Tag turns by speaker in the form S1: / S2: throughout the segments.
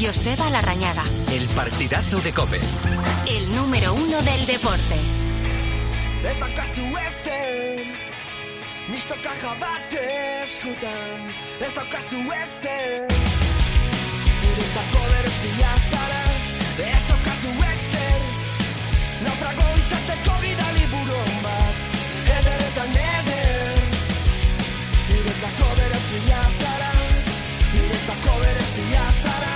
S1: Joseba Larrañaga,
S2: El partidazo de Cope.
S1: el número uno del deporte.
S3: Ezta ez Mistoka jabate eskutan Ez daukazu ezer Guretzako berezia zara Ez daukazu ezer Naufrago izateko gidali buron bat Ederetan eder Guretzako berezia zara Guretzako berezia zara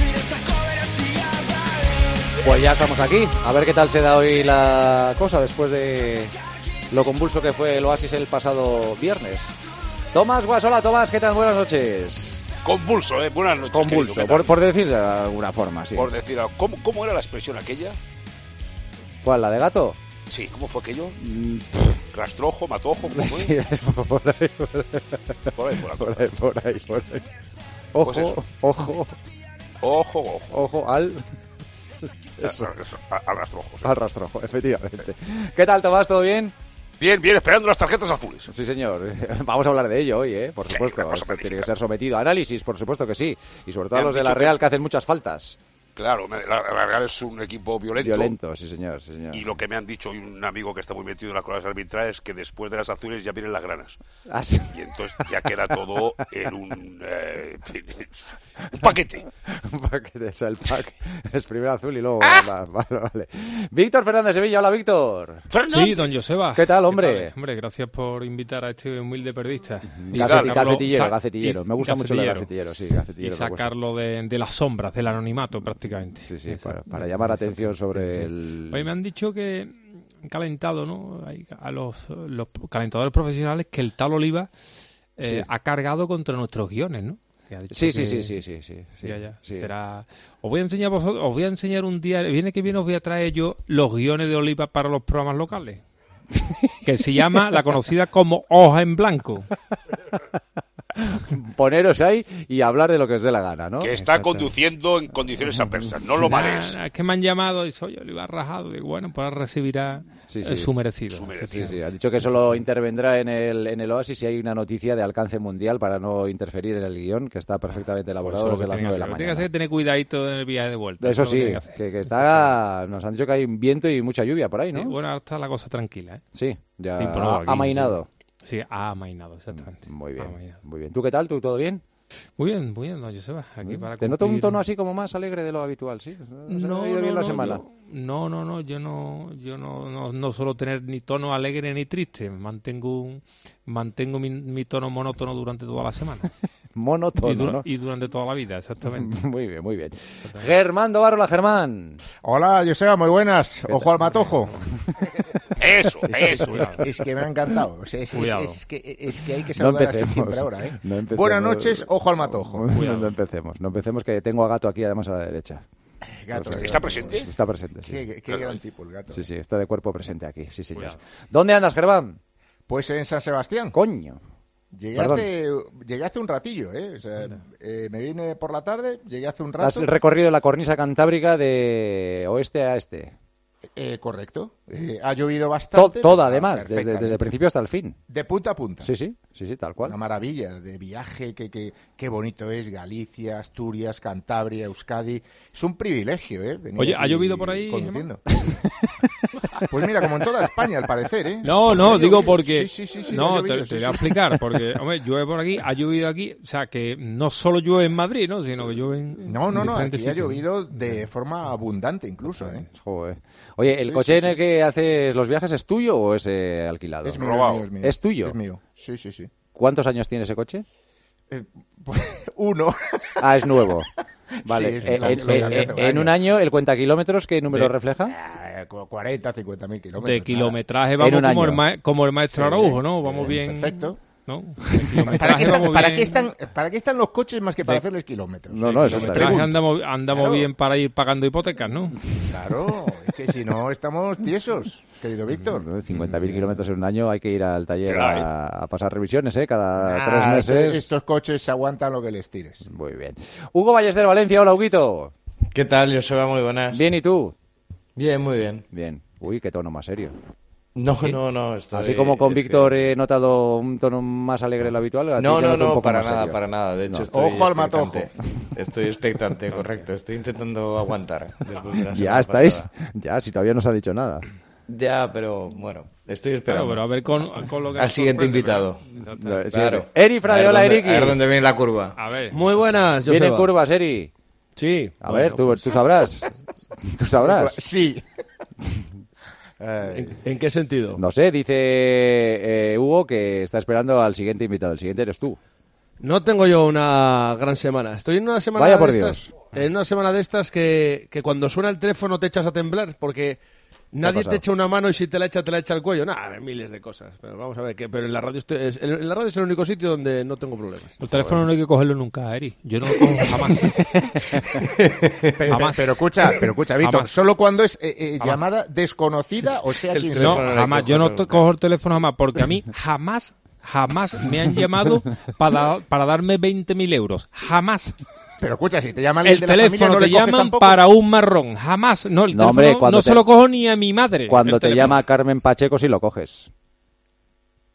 S3: Guretzako berezia zara
S4: Pues ya estamos aquí. A ver qué tal se da hoy la cosa después de lo convulso que fue el Oasis el pasado viernes. Tomás Guas, hola Tomás, ¿qué tal? Buenas noches.
S5: Convulso, eh. Buenas noches.
S4: Convulso,
S5: querido, ¿qué
S4: por,
S5: tal?
S4: por decir de alguna forma, sí.
S5: Por decir algo. ¿Cómo, ¿Cómo era la expresión aquella?
S4: ¿Cuál, la de gato?
S5: Sí, ¿cómo fue aquello?
S4: Mm,
S5: Rastrojo, matojo, ¿cómo fue?
S4: Sí, por ahí,
S5: Por ahí, por ahí,
S4: por ahí, por ahí, por ahí. Ojo,
S5: Pues eso.
S4: ojo,
S5: Ojo, ojo.
S4: ojo al,
S5: Eso. A, a rastrojos.
S4: al rastrojo, efectivamente. ¿Qué tal Tomás? ¿Todo bien?
S5: Bien, bien, esperando las tarjetas azules.
S4: Sí, señor. Vamos a hablar de ello hoy, ¿eh? Por
S5: Sí,
S4: supuesto.
S5: una cosa
S4: Esto tiene que
S5: magnífica.
S4: ser sometido a análisis, por supuesto que sí. Y sobre todo
S5: Me
S4: a
S5: han
S4: los de la
S5: dicho que-
S4: Real que hacen muchas faltas.
S5: Claro, me- la, la Real es un equipo violento.
S4: Violento, sí, señor. Sí, señor.
S5: Y lo que me han dicho y un amigo que está muy metido en las cosas arbitrales es que después de las azules ya vienen las granas.
S4: Ah, sí.
S5: Y entonces ya queda todo en un, eh, en fin, un paquete.
S4: Un paquete, o sea, el pack es primero azul y luego.
S5: Ah.
S4: va- va- Vale, vale. Víctor Fernández Sevilla, hola Víctor.
S5: Fernando.
S6: Sí, don Joseba.
S4: ¿Qué tal, hombre?
S6: Hombre, gracias por invitar a este humilde periodista.
S5: Y
S4: Gaceti-
S5: dale.
S4: gacetillero,
S6: Sa-
S4: gacetillero.
S6: y-
S4: Me gusta mucho el
S6: gacetillero.
S4: gacetillero, sí, gacetillero.
S6: Y
S4: me gusta.
S6: sacarlo de, de las sombras, del anonimato prácticamente.
S4: Sí, sí,
S6: Eso.
S4: para, para llamar la atención sobre
S6: Sí.
S4: el.
S6: Oye, me han dicho que han calentado, ¿no? Hay a los, los calentadores profesionales que el tal Oliva eh,
S4: Sí.
S6: ha cargado contra nuestros guiones, ¿no? Que ha dicho
S4: Sí, sí,
S6: que-
S4: sí, sí, sí, sí, sí,
S6: Ya, ya.
S4: sí.
S6: Será... Os voy a enseñar vosotros, os voy a enseñar un día, viene que viene os voy a traer yo los guiones de Oliva para los programas locales. que se llama la conocida como hoja en blanco.
S4: Poneros ahí y hablar de lo que os dé la gana, ¿no?
S5: que está
S6: Exacto.
S5: conduciendo en condiciones adversas. No lo marees.
S6: Nah, nah, es que me han llamado y soy Oliva rajado. Y bueno, pues ahora recibirá
S4: Sí,
S6: eh,
S4: sí.
S6: su merecido.
S5: Su merecido.
S4: Sí, sí, ha dicho que solo intervendrá en el, en el Oasis si hay una noticia de alcance mundial para no interferir en el guión, que está perfectamente elaborado
S6: Pues Eso es
S4: desde
S6: lo
S4: las 9 de
S6: que tiene que
S4: la
S6: hacer. Lo que tiene que
S4: mañana.
S6: hacer es tener cuidadito en el viaje de vuelta.
S4: Eso
S6: es lo
S4: sí,
S6: que tiene que hacer.
S4: que, que está. Nos han dicho que hay un viento y mucha lluvia por ahí,
S6: Sí,
S4: ¿no?
S6: bueno, ahora está la cosa tranquila. ¿eh?
S4: Sí, ya
S6: Sí, por
S4: ha-
S6: aquí,
S4: amainado. Mm,
S6: Sí, ha amainado, exactamente.
S4: Muy
S6: Ha
S4: bien,
S6: amainado.
S4: muy bien. ¿Tú qué tal? ¿Tú todo bien?
S6: Muy bien, muy bien, don Joseba. Aquí para
S4: Te noto un
S6: cumplir-
S4: tono así como más alegre de lo habitual, ¿sí? Se te
S6: No,
S4: ha ido
S6: no,
S4: bien la
S6: no,
S4: semana.
S6: yo- no, no, no, yo no, yo no, no, no suelo tener ni tono alegre ni triste. Mantengo un, mantengo mi, mi tono monótono durante toda la semana
S4: Monótono,
S6: y, dura-
S4: ¿no?
S6: y durante toda la vida, exactamente.
S4: Muy bien, muy bien. Germán Dovarola, Germán.
S7: Hola, Joseba, muy buenas. Ojo al matojo.
S5: Eso,
S7: Es,
S5: eso.
S7: es- es que me ha encantado. O sea, es, es-
S6: Cuidado.
S7: es que, eh, es que hay que
S4: No
S7: saludar así
S4: empecemos.
S7: siempre ahora. ¿eh?
S4: No empecemos.
S7: Buenas noches, ojo al matojo.
S4: No, no empecemos, no empecemos, que tengo a gato aquí además a la derecha.
S7: Gato,
S5: ¿Está
S7: gato.
S5: presente?
S4: Está presente, sí.
S7: Qué, qué gran tipo el gato. eh.
S4: Sí, sí, está de cuerpo presente aquí, sí, señor.
S6: Cuidado.
S4: ¿Dónde andas, Germán?
S7: Pues en San Sebastián.
S4: Coño.
S7: Llegué hace, llegué hace un ratillo. ¿eh? O sea, eh, me vine por la tarde, llegué hace un
S4: Has
S7: rato.
S4: recorrido la cornisa cantábrica de oeste a este.
S7: Eh, correcto. Eh, ha llovido
S4: To-
S7: bastante.
S4: toda,
S7: Ah,
S4: además, desde,
S7: perfectamente.
S4: desde el principio hasta el fin.
S7: De punta a punta.
S4: Sí, sí, sí, sí, tal cual.
S7: Una maravilla de viaje, que, que- qué bonito es Galicia, Asturias, Cantabria, Euskadi. Es un privilegio, ¿eh? Venir
S6: Oye, ¿ha
S7: aquí
S6: llovido por ahí,
S7: conduciendo. Pues mira, como en toda España, al parecer, ¿eh?
S6: No, no,
S7: Ha
S6: digo
S7: llovido.
S6: porque.
S7: Sí, sí, sí, sí, ha
S6: no,
S7: llovido,
S6: te,
S7: sí,
S6: te
S7: sí.
S6: voy a explicar. Porque, hombre, llueve por aquí, ha llovido aquí. O sea, que no solo llueve en Madrid, ¿no? Sino que llueve en.
S7: No, no,
S6: en
S7: no, aquí
S6: diferentes
S7: ha
S6: sitios.
S7: llovido de forma abundante incluso, ¿eh?
S4: Joder. Oye, ¿el
S7: Sí,
S4: coche
S7: sí,
S4: en el
S7: sí.
S4: que haces los viajes es tuyo o es eh, alquilado?
S7: Es mío,
S5: Robado.
S7: es mío, es mío.
S4: ¿Es tuyo?
S7: Es mío, sí, sí, sí.
S4: ¿Cuántos años tiene ese coche?
S7: Eh, pues, uno.
S4: Ah, es nuevo. Vale.
S7: Sí, es
S4: Eh,
S7: nuevo,
S4: en-
S7: sí,
S4: en-
S7: hace un
S4: en un año, ¿el cuenta kilómetros qué número
S6: De-
S4: refleja?
S7: Ah, como 40, 50 mil kilómetros.
S6: De
S7: nada.
S6: kilometraje
S4: En
S6: vamos
S4: un
S6: como
S4: año.
S6: el, ma- como el maestro
S7: Sí,
S6: Araujo, ¿no? Vamos
S7: bien,
S6: bien.
S7: perfecto.
S6: ¿no? El kilometraje
S7: ¿Para qué,
S6: vamos
S7: están, para
S6: bien.
S7: qué están, para qué están los coches más que para
S6: De-
S7: hacerles kilómetros?
S4: No, no, eso está
S6: Kilometraje
S4: bien.
S6: andamos, andamos
S7: Claro.
S6: bien para ir pagando hipotecas, ¿no?
S7: Claro, es que si no estamos tiesos, querido Víctor.
S4: 50.000 kilómetros en un año, hay que ir al taller
S5: Claro.
S4: a, a pasar revisiones, ¿eh? Cada tres
S7: Ah,
S4: meses.
S7: Estos coches aguantan lo que les tires.
S4: Muy bien. Hugo Ballester Valencia, hola, Huguito.
S8: ¿Qué tal, Joseba? Muy buenas.
S4: Bien, ¿y tú?
S8: Bien, muy bien.
S4: Bien. Uy, qué tono más serio.
S8: No, no, no. estoy-
S4: Así como con
S8: es que-
S4: Víctor he notado un tono más alegre de lo habitual. a ti
S8: No,
S4: te
S8: no,
S4: noto un
S8: no,
S4: poco
S8: para
S4: más
S8: nada,
S4: serio.
S8: para nada. De hecho,
S4: No.
S8: estoy
S7: Ojo al matojo.
S8: expectante. Estoy expectante, correcto. Estoy intentando aguantar. después de la
S4: Ya
S8: semana
S4: estáis,
S8: pasada.
S4: ya, si todavía no os ha dicho nada.
S8: Ya, pero bueno, estoy
S6: Claro,
S8: esperando.
S6: pero a ver con, con lo que...
S8: Al
S6: nos
S8: siguiente
S6: sorprende,
S8: invitado.
S6: ¿verdad?
S4: Lo- sí,
S8: Claro.
S4: Eri Frade, hola
S8: A ver dónde-
S4: Eriki.
S8: A ver dónde viene la curva.
S6: A ver.
S9: Muy buenas, Joseba.
S4: Vienen curvas, Eri.
S9: Sí.
S4: A
S9: bueno,
S4: ver, tú,
S6: pues
S4: tú sabrás. Tú sabrás.
S7: Sí. Eh,
S9: ¿en, en qué sentido? No.
S4: No sé, dice eh, Hugo que está esperando al siguiente invitado. El siguiente eres tú.
S9: tengo yo una gran semana. Estoy en una semana
S4: Vaya
S9: de
S4: por
S9: estas. En una semana de estas que, que cuando suena el teléfono te echas a temblar porque nadie
S4: pasado?
S9: te echa una mano y si te la echa, te la echa al cuello. Nada, miles de cosas. Pero vamos a ver, que, pero en la radio estoy- es, en- en la radio es el único sitio donde no tengo problemas.
S6: El teléfono no hay que cogerlo nunca, Eri. Yo no lo cojo jamás.
S7: pe- pe-
S6: Jamás.
S7: pero escucha, pero escucha, Víctor,
S6: Jamás.
S7: solo cuando es eh, eh, llamada desconocida o sea
S8: El
S7: quien
S6: No,
S7: sea.
S8: no le
S6: jamás.
S8: cojo
S6: Yo no
S8: nunca.
S6: to- cojo el teléfono jamás, porque a mí jamás, jamás me han llamado para, para darme 20.000 euros. Jamás.
S7: Pero escucha, si te llaman
S6: El
S7: de la familia,
S6: teléfono
S7: no
S6: te
S7: le coges
S6: llaman
S7: tampoco.
S6: para un marrón. Jamás. No, el
S4: No, hombre,
S6: teléfono
S4: cuando
S6: no
S4: te-
S6: se lo cojo ni a mi madre.
S4: Cuando
S6: el
S4: te
S6: teléfono.
S4: llama Carmen Pacheco, si lo coges.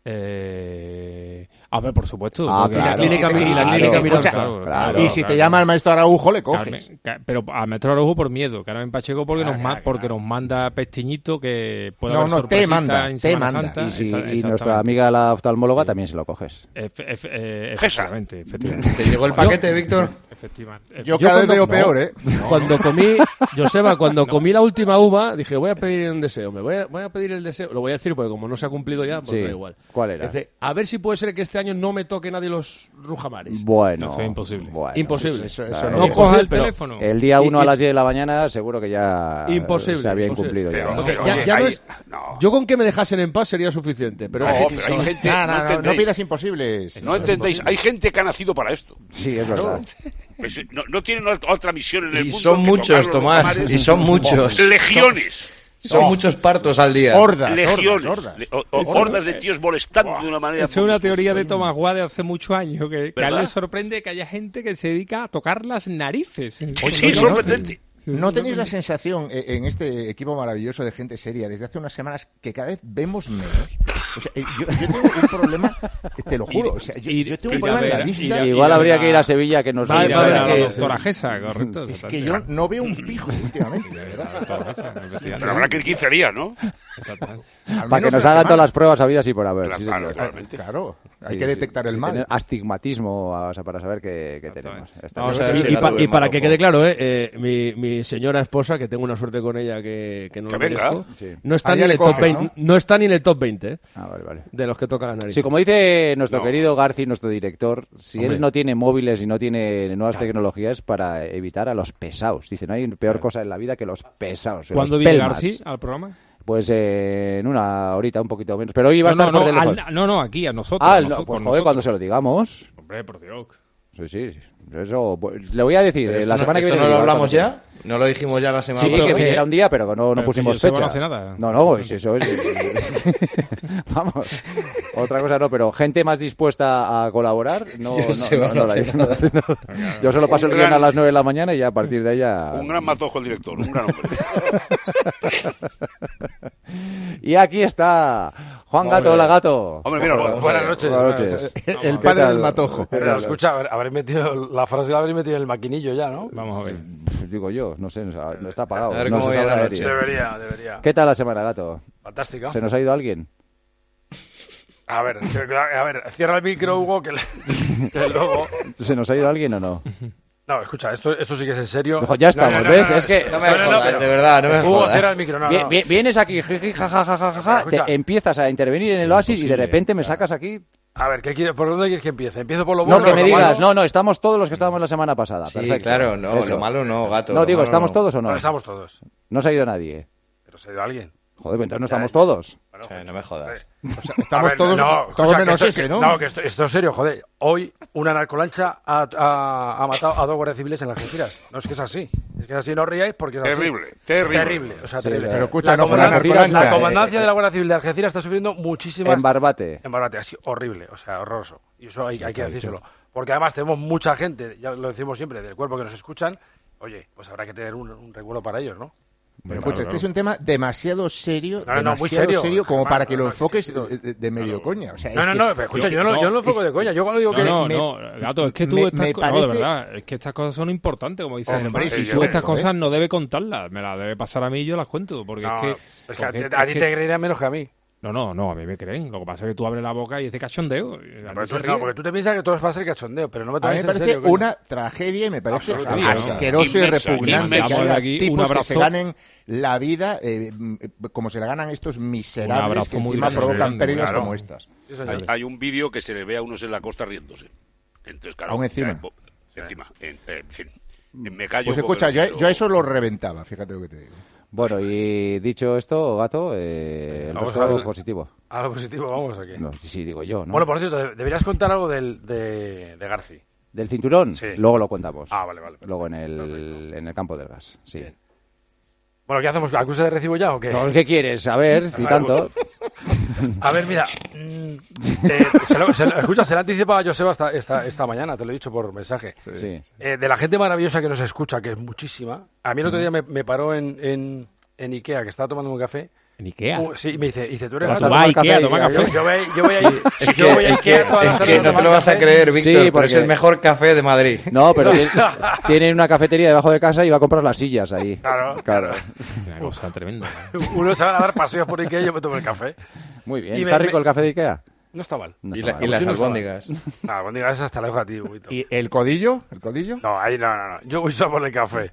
S6: Eh... A ver, por supuesto.
S4: Ah,
S6: porque
S4: claro.
S6: la clínica,
S4: Sí,
S6: y la
S4: claro,
S6: clínica Miranda,
S7: escucha,
S6: claro,
S4: claro.
S7: y si te llama el maestro Araujo, le coges.
S6: Carmen- Ca- pero a Metro Araujo por miedo, Carmen Pacheco
S5: Ah,
S6: porque, nos, ma- porque nos manda Pestiñito que puede
S7: No,
S6: haber
S7: no, te
S6: sorpresita
S7: manda,
S6: en
S7: te
S6: Semana
S7: manda.
S6: Santa.
S4: Y, si-
S6: Esa-
S4: y nuestra
S6: exactamente.
S4: amiga la oftalmóloga también se lo coges.
S6: Efe- efe- eh, efectivamente, efectivamente.
S8: ¿Te llegó el paquete, Víctor?
S6: Efectivamente.
S7: Yo, cada vez
S9: Eh, cuando-
S7: veo
S9: no.
S7: peor, ¿eh?
S9: Cuando comí, Joseba, cuando comí la última uva, dije, voy a pedir un deseo, me voy a, voy a pedir el deseo. Lo voy a decir porque como no se ha cumplido ya, pues
S4: Sí.
S9: da igual.
S4: ¿Cuál era?
S9: Dice, a ver si puede ser que este año no me toque nadie los rujamares.
S4: Bueno.
S6: Eso es imposible.
S4: bueno.
S9: imposible.
S7: eso- eso
S4: Claro.
S7: no
S6: No
S7: Ojo,
S6: coja el
S9: pero-
S6: teléfono.
S4: El día
S9: Y-
S4: 1 a
S9: y-
S4: las 10 de la mañana seguro que ya
S9: Imposible,
S4: se había
S9: imposible.
S4: incumplido.
S5: Pero,
S4: ya, ¿no?
S5: pero,
S9: Ya-
S5: oye,
S9: ya no
S5: hay-
S9: es-
S5: no.
S9: Yo con que me dejasen en paz sería suficiente, pero
S5: No,
S9: es que-
S5: pero hay gente.
S7: No, no,
S5: no,
S7: no, no
S5: entendéis.
S7: pidas imposibles.
S5: No entendéis, hay gente que ha nacido para esto.
S4: Sí, es verdad.
S5: Pues, No, no tienen ot- otra misión en
S8: Y
S5: el mundo.
S8: son
S5: que
S8: muchos,
S5: tocar los
S8: Tomás.
S5: lugares.
S8: Y son muchos.
S5: Legiones. Oh.
S8: Son muchos partos al día.
S7: Hordas,
S5: legiones.
S7: hordas, hordas.
S5: le- o- o- hordas de tíos molestando de una manera.
S6: Eso es una teoría de Thomas Wade hace muchos años que, que a él
S5: ¿Verdad?
S6: le sorprende que haya gente que se dedica a tocar las narices.
S5: Sí, sí,
S7: no,
S5: sorprendente.
S7: ¿No tenéis la sensación eh, en este equipo maravilloso de gente seria desde hace unas semanas que cada vez vemos menos? O sea, eh, yo, yo tengo un problema, eh, te lo juro, o sea, yo,
S6: ir-
S7: yo tengo
S6: ir
S7: un problema
S6: a
S7: en la
S6: ver, ir
S7: vista.
S6: a- ir
S4: Igual
S6: a
S4: habría
S6: la-
S4: que ir a Sevilla que nos
S9: Va-
S6: Va,
S9: va a haber
S4: revisara
S9: que-
S6: la
S4: que-
S6: doctora Gesa, correcto.
S7: Es que yo no veo un pijo últimamente, de verdad.
S5: Pero habrá que ir 15 días, ¿no?
S7: Al
S4: Para
S7: menos
S4: que nos
S7: una
S4: hagan todas
S7: semana.
S4: las pruebas habidas y por haber.
S5: Claro,
S4: sí, señor.
S5: claro.
S7: Claro, hay
S4: Sí,
S7: que
S4: sí,
S7: detectar el
S4: sí,
S7: mal.
S4: tener Astigmatismo o sea, para saber qué, qué tenemos. Ya está.
S8: Vamos a ver
S9: Y,
S8: si la
S9: pa-
S8: tuve
S9: y para que
S8: Morocco.
S9: quede claro, ¿eh? Eh, mi, mi señora esposa, que tengo una suerte con ella que, que no
S5: Que
S9: lo
S5: venga.
S9: merezco,
S4: Sí.
S9: no, está
S7: Ah,
S9: ni
S7: ya
S9: en
S7: le
S9: el top
S7: coges,
S9: 20,
S7: ¿no?
S9: ¿no? está ni en el top 20 ¿eh?
S4: Ah, vale, vale.
S9: de los que tocan la nariz.
S4: Sí, como dice nuestro
S5: No.
S4: querido Garci, nuestro director, si
S9: Hombre.
S4: él no tiene móviles y no tiene nuevas tecnologías para evitar a los pesados. Dice, no hay peor cosa en la vida que los pesados.
S6: ¿Cuándo
S4: los
S6: viene
S4: pelmas.
S6: Garci al programa?
S4: Pues eh, en una horita, un poquito menos. Pero hoy va a
S6: no,
S4: estar
S6: no,
S4: por
S6: no,
S4: teléfono.
S6: al- no, no, aquí, a nosotros.
S4: Ah,
S6: a
S4: no,
S6: nosotros,
S4: pues
S6: con
S4: joder, cuando
S6: nosotros.
S4: se lo digamos.
S6: Hombre, por Dios.
S4: Sí, sí. Eso, pues, le voy a decir, eh,
S8: Esto
S4: la
S8: no-
S4: semana que
S8: esto
S4: viene.
S8: no lo
S4: igual
S8: hablamos
S4: cuando-
S8: ya? ¿No lo dijimos ya la semana
S4: Sí,
S8: pasada?
S4: que
S6: Pero
S4: viniera
S6: que-
S4: un día, pero que no, no
S6: pero que
S4: pusimos
S6: Joseba
S4: fecha.
S6: no hace nada.
S4: No, no, es eso es. Vamos. Otra cosa no, pero gente más dispuesta a colaborar, no, no,
S8: Joseba
S4: no,
S8: no
S4: no la
S8: hace
S4: hay. No, no. Yo solo paso el
S5: Un
S4: guión a
S5: gran-
S4: las 9 de la mañana y ya a partir de ella.
S5: Un gran matojo el director, un gran hombre.
S4: Y aquí está Juan Gato,
S8: Hombre.
S4: hola gato.
S5: Hombre, mira,
S8: Vamos
S5: bueno,
S8: a
S10: Buenas
S8: ver.
S10: noches.
S4: Buenas
S10: buenas
S4: noches.
S10: noches.
S7: El
S4: ¿Qué
S7: padre
S4: tal?
S7: del matojo.
S10: Pero escucha, haber- habréis metido la frase la habréis metido en el maquinillo ya, ¿no?
S6: Vamos a ver.
S4: Pff, Digo yo, no sé, no sa- no está apagado.
S8: A ver
S4: no
S8: cómo
S4: se
S8: viene
S4: sabrá
S8: la
S4: Eri.
S8: noche.
S10: Debería, debería.
S4: ¿Qué tal la semana, gato?
S10: Fantástica.
S4: ¿Se nos ha ido alguien?
S10: A ver, a ver, cierra el micro, Hugo, que, le- que luego...
S4: ¿Se nos ha ido alguien o no?
S10: No, escucha, esto, esto sí que es en serio.
S4: Ojo, ya
S10: No,
S4: estamos,
S10: no, no,
S4: ¿ves?
S10: no, no,
S4: Es que-
S10: no,
S8: No me
S10: no, no,
S8: jodas,
S10: no,
S8: de verdad, no me
S10: Hugo, cierra
S8: jodas.
S10: el micro, no,
S4: Bien-
S10: no.
S4: bien- vienes aquí, jiji, ja, ja, ja, ja, ja, ja,
S10: Escucha.
S4: te eh. empiezas a intervenir en el oasis y de repente me sacas aquí.
S10: A ver, ¿qué quieres, ¿por dónde quieres que empiece? ¿Empiezo por lo
S4: No,
S10: bueno?
S4: que me
S10: por lo
S4: digas,
S10: malo?
S4: no, no, estamos todos los que estábamos la semana pasada.
S8: Sí,
S4: Perfecto.
S8: claro, no,
S4: Eso.
S8: lo malo no, gato.
S4: No
S8: lo
S4: digo,
S8: malo
S4: ¿estamos
S8: no.
S4: todos o no?
S10: No, estamos todos.
S4: No se ha ido nadie. ¿eh?
S10: Pero se ha ido alguien.
S4: Joder, pues entonces no estamos todos.
S10: Bueno, pues,
S8: O sea, no me jodas.
S7: Estamos
S10: A ver,
S7: todos,
S10: no,
S7: todos
S10: escucha, que
S7: menos
S10: esto-
S7: ese,
S10: que-
S7: ¿no?
S10: No, que esto, esto es serio, joder. Hoy una narcolancha ha, ha- ha matado a dos guardias civiles en las Algeciras. No es que es así. Es que es así, no os riáis porque es así.
S5: Terrible, terrible.
S10: Terrible, o sea, terrible.
S7: pero escucha,
S10: La
S7: no fue la
S10: comandancia-
S7: narcolancha,
S10: La
S7: eh.
S10: comandancia de la Guardia Civil de Algeciras está sufriendo muchísimas...
S4: En Barbate.
S10: en Barbate, así horrible, o sea, horroroso. Y eso hay, hay que decírselo. Porque además tenemos mucha gente, ya lo decimos siempre, del cuerpo que nos escuchan. Oye, pues habrá que tener un, un recuerdo para ellos, ¿no?
S7: Pero escucha, este es un tema demasiado serio,
S10: No, no, no, muy
S7: demasiado
S10: serio.
S7: serio, como
S10: Jamás,
S7: para que lo
S10: jamás.
S7: enfoques de, de- de medio coña. O sea,
S10: No,
S7: es
S10: no,
S7: que-
S10: no, pero escucha, yo no, lo- yo no lo enfoco de coña. Yo cuando digo
S6: No,
S10: que.
S6: no,
S7: me-
S6: no, gato, es que tú
S7: me-
S6: estas
S7: me
S6: cosas... No, de
S7: parece-
S6: verdad, es que estas cosas son importantes, como dices.
S10: Hombre,
S6: hermano.
S10: sí,
S6: Y
S10: sí,
S6: tú estas
S10: hombre.
S6: cosas no debe contarlas, me las debe pasar a mí y yo las cuento, porque
S10: No,
S6: es que...
S10: es que a,
S6: porque
S10: a
S6: es
S10: ti
S6: que-
S10: te creerían menos que a mí.
S6: No, no, no, a mí me creen. Lo que pasa es que tú abres la boca y es de cachondeo. y
S10: Pero
S6: la gente
S10: tú,
S6: se
S10: no,
S6: ríe.
S10: porque tú te piensas que todo va a ser cachondeo, pero no me
S7: A mí
S10: tomes
S7: me
S10: en
S7: parece
S10: serio. coño.
S7: una tragedia y me parece
S10: Absolutamente.
S7: Ah, asqueroso y
S5: Inmensa,
S7: repugnante
S5: inmensa.
S7: que
S6: Damos
S7: haya
S6: aquí un
S7: tipos que se
S6: abrazo.
S7: ganen la vida eh, mm, eh, como se la ganan estos
S6: Un
S7: miserables
S6: abrazo
S7: que
S6: muy
S7: encima
S6: grande,
S7: provocan
S6: grande,
S7: pérdidas
S6: claro.
S7: como estas.
S10: Sí, señor.
S5: Hay, hay un vídeo que se le ve a unos en la costa riéndose. Entonces, claro,
S7: Aún encima.
S5: eh, bo- encima, en, eh, en fin. Me callo.
S7: Pues
S5: porque
S7: escucha, yo,
S5: no-
S7: yo a eso lo reventaba, fíjate lo que te digo.
S4: Bueno, y dicho esto, gato, eh, el
S10: Vamos
S4: resto
S10: al-
S4: positivo.
S10: Algo positivo, vamos aquí.
S4: Sí, sí, digo yo, ¿no?
S10: Bueno, por cierto, de- deberías contar algo del, de, de Garci.
S4: Del cinturón,
S10: Sí.
S4: luego lo contamos.
S10: Ah, vale, vale.
S4: Luego en el, en el campo del gas, sí.
S10: Bueno, ¿qué hacemos? ¿Acuse de recibo ya o qué?
S4: Pues, ¿Qué quieres? saber si tanto.
S10: A ver, mira. mm, eh, se lo- se lo- escucha, se lo anticipaba Joseba esta, esta, esta mañana, te lo he dicho por mensaje.
S4: Sí.
S10: Eh, de la gente maravillosa que nos escucha, que es muchísima. A mí el otro día me, me paró en, en, en Ikea, que estaba tomando un café.
S6: En Ikea.
S10: Uh, sí, me dice, dice, tú eres
S4: Vas
S10: gato.
S4: a tomar
S6: Ikea,
S4: café y-
S6: toma
S10: Yo,
S6: café.
S10: yo voy, yo voy a,
S8: Es que,
S10: yo voy a
S8: es que-
S10: Ikea todas las
S8: es que
S10: tardes a
S8: no te
S10: tomar
S8: lo vas a
S10: café.
S8: creer, Víctor, pero
S4: porque-
S8: es el mejor café de Madrid.
S4: No, pero tien- tiene una cafetería debajo de casa y va a comprar las sillas ahí.
S10: Claro.
S4: Claro.
S6: Una cosa tremenda. ¿no?
S10: Uno se van a dar paseos por Ikea y yo me tomo el café.
S4: Muy bien.
S10: Y
S4: ¿Está
S10: me-
S4: rico el café de Ikea?
S10: No está mal.
S4: No
S8: Y,
S4: está
S8: la-
S4: mal.
S8: y las
S10: Continúa.
S8: albóndigas.
S10: Nada, cuando digas eso hasta la hoja a ti, Huguito.
S7: ¿Y el codillo? ¿El codillo?
S10: No, ahí no, no, no. Yo voy solo por el café.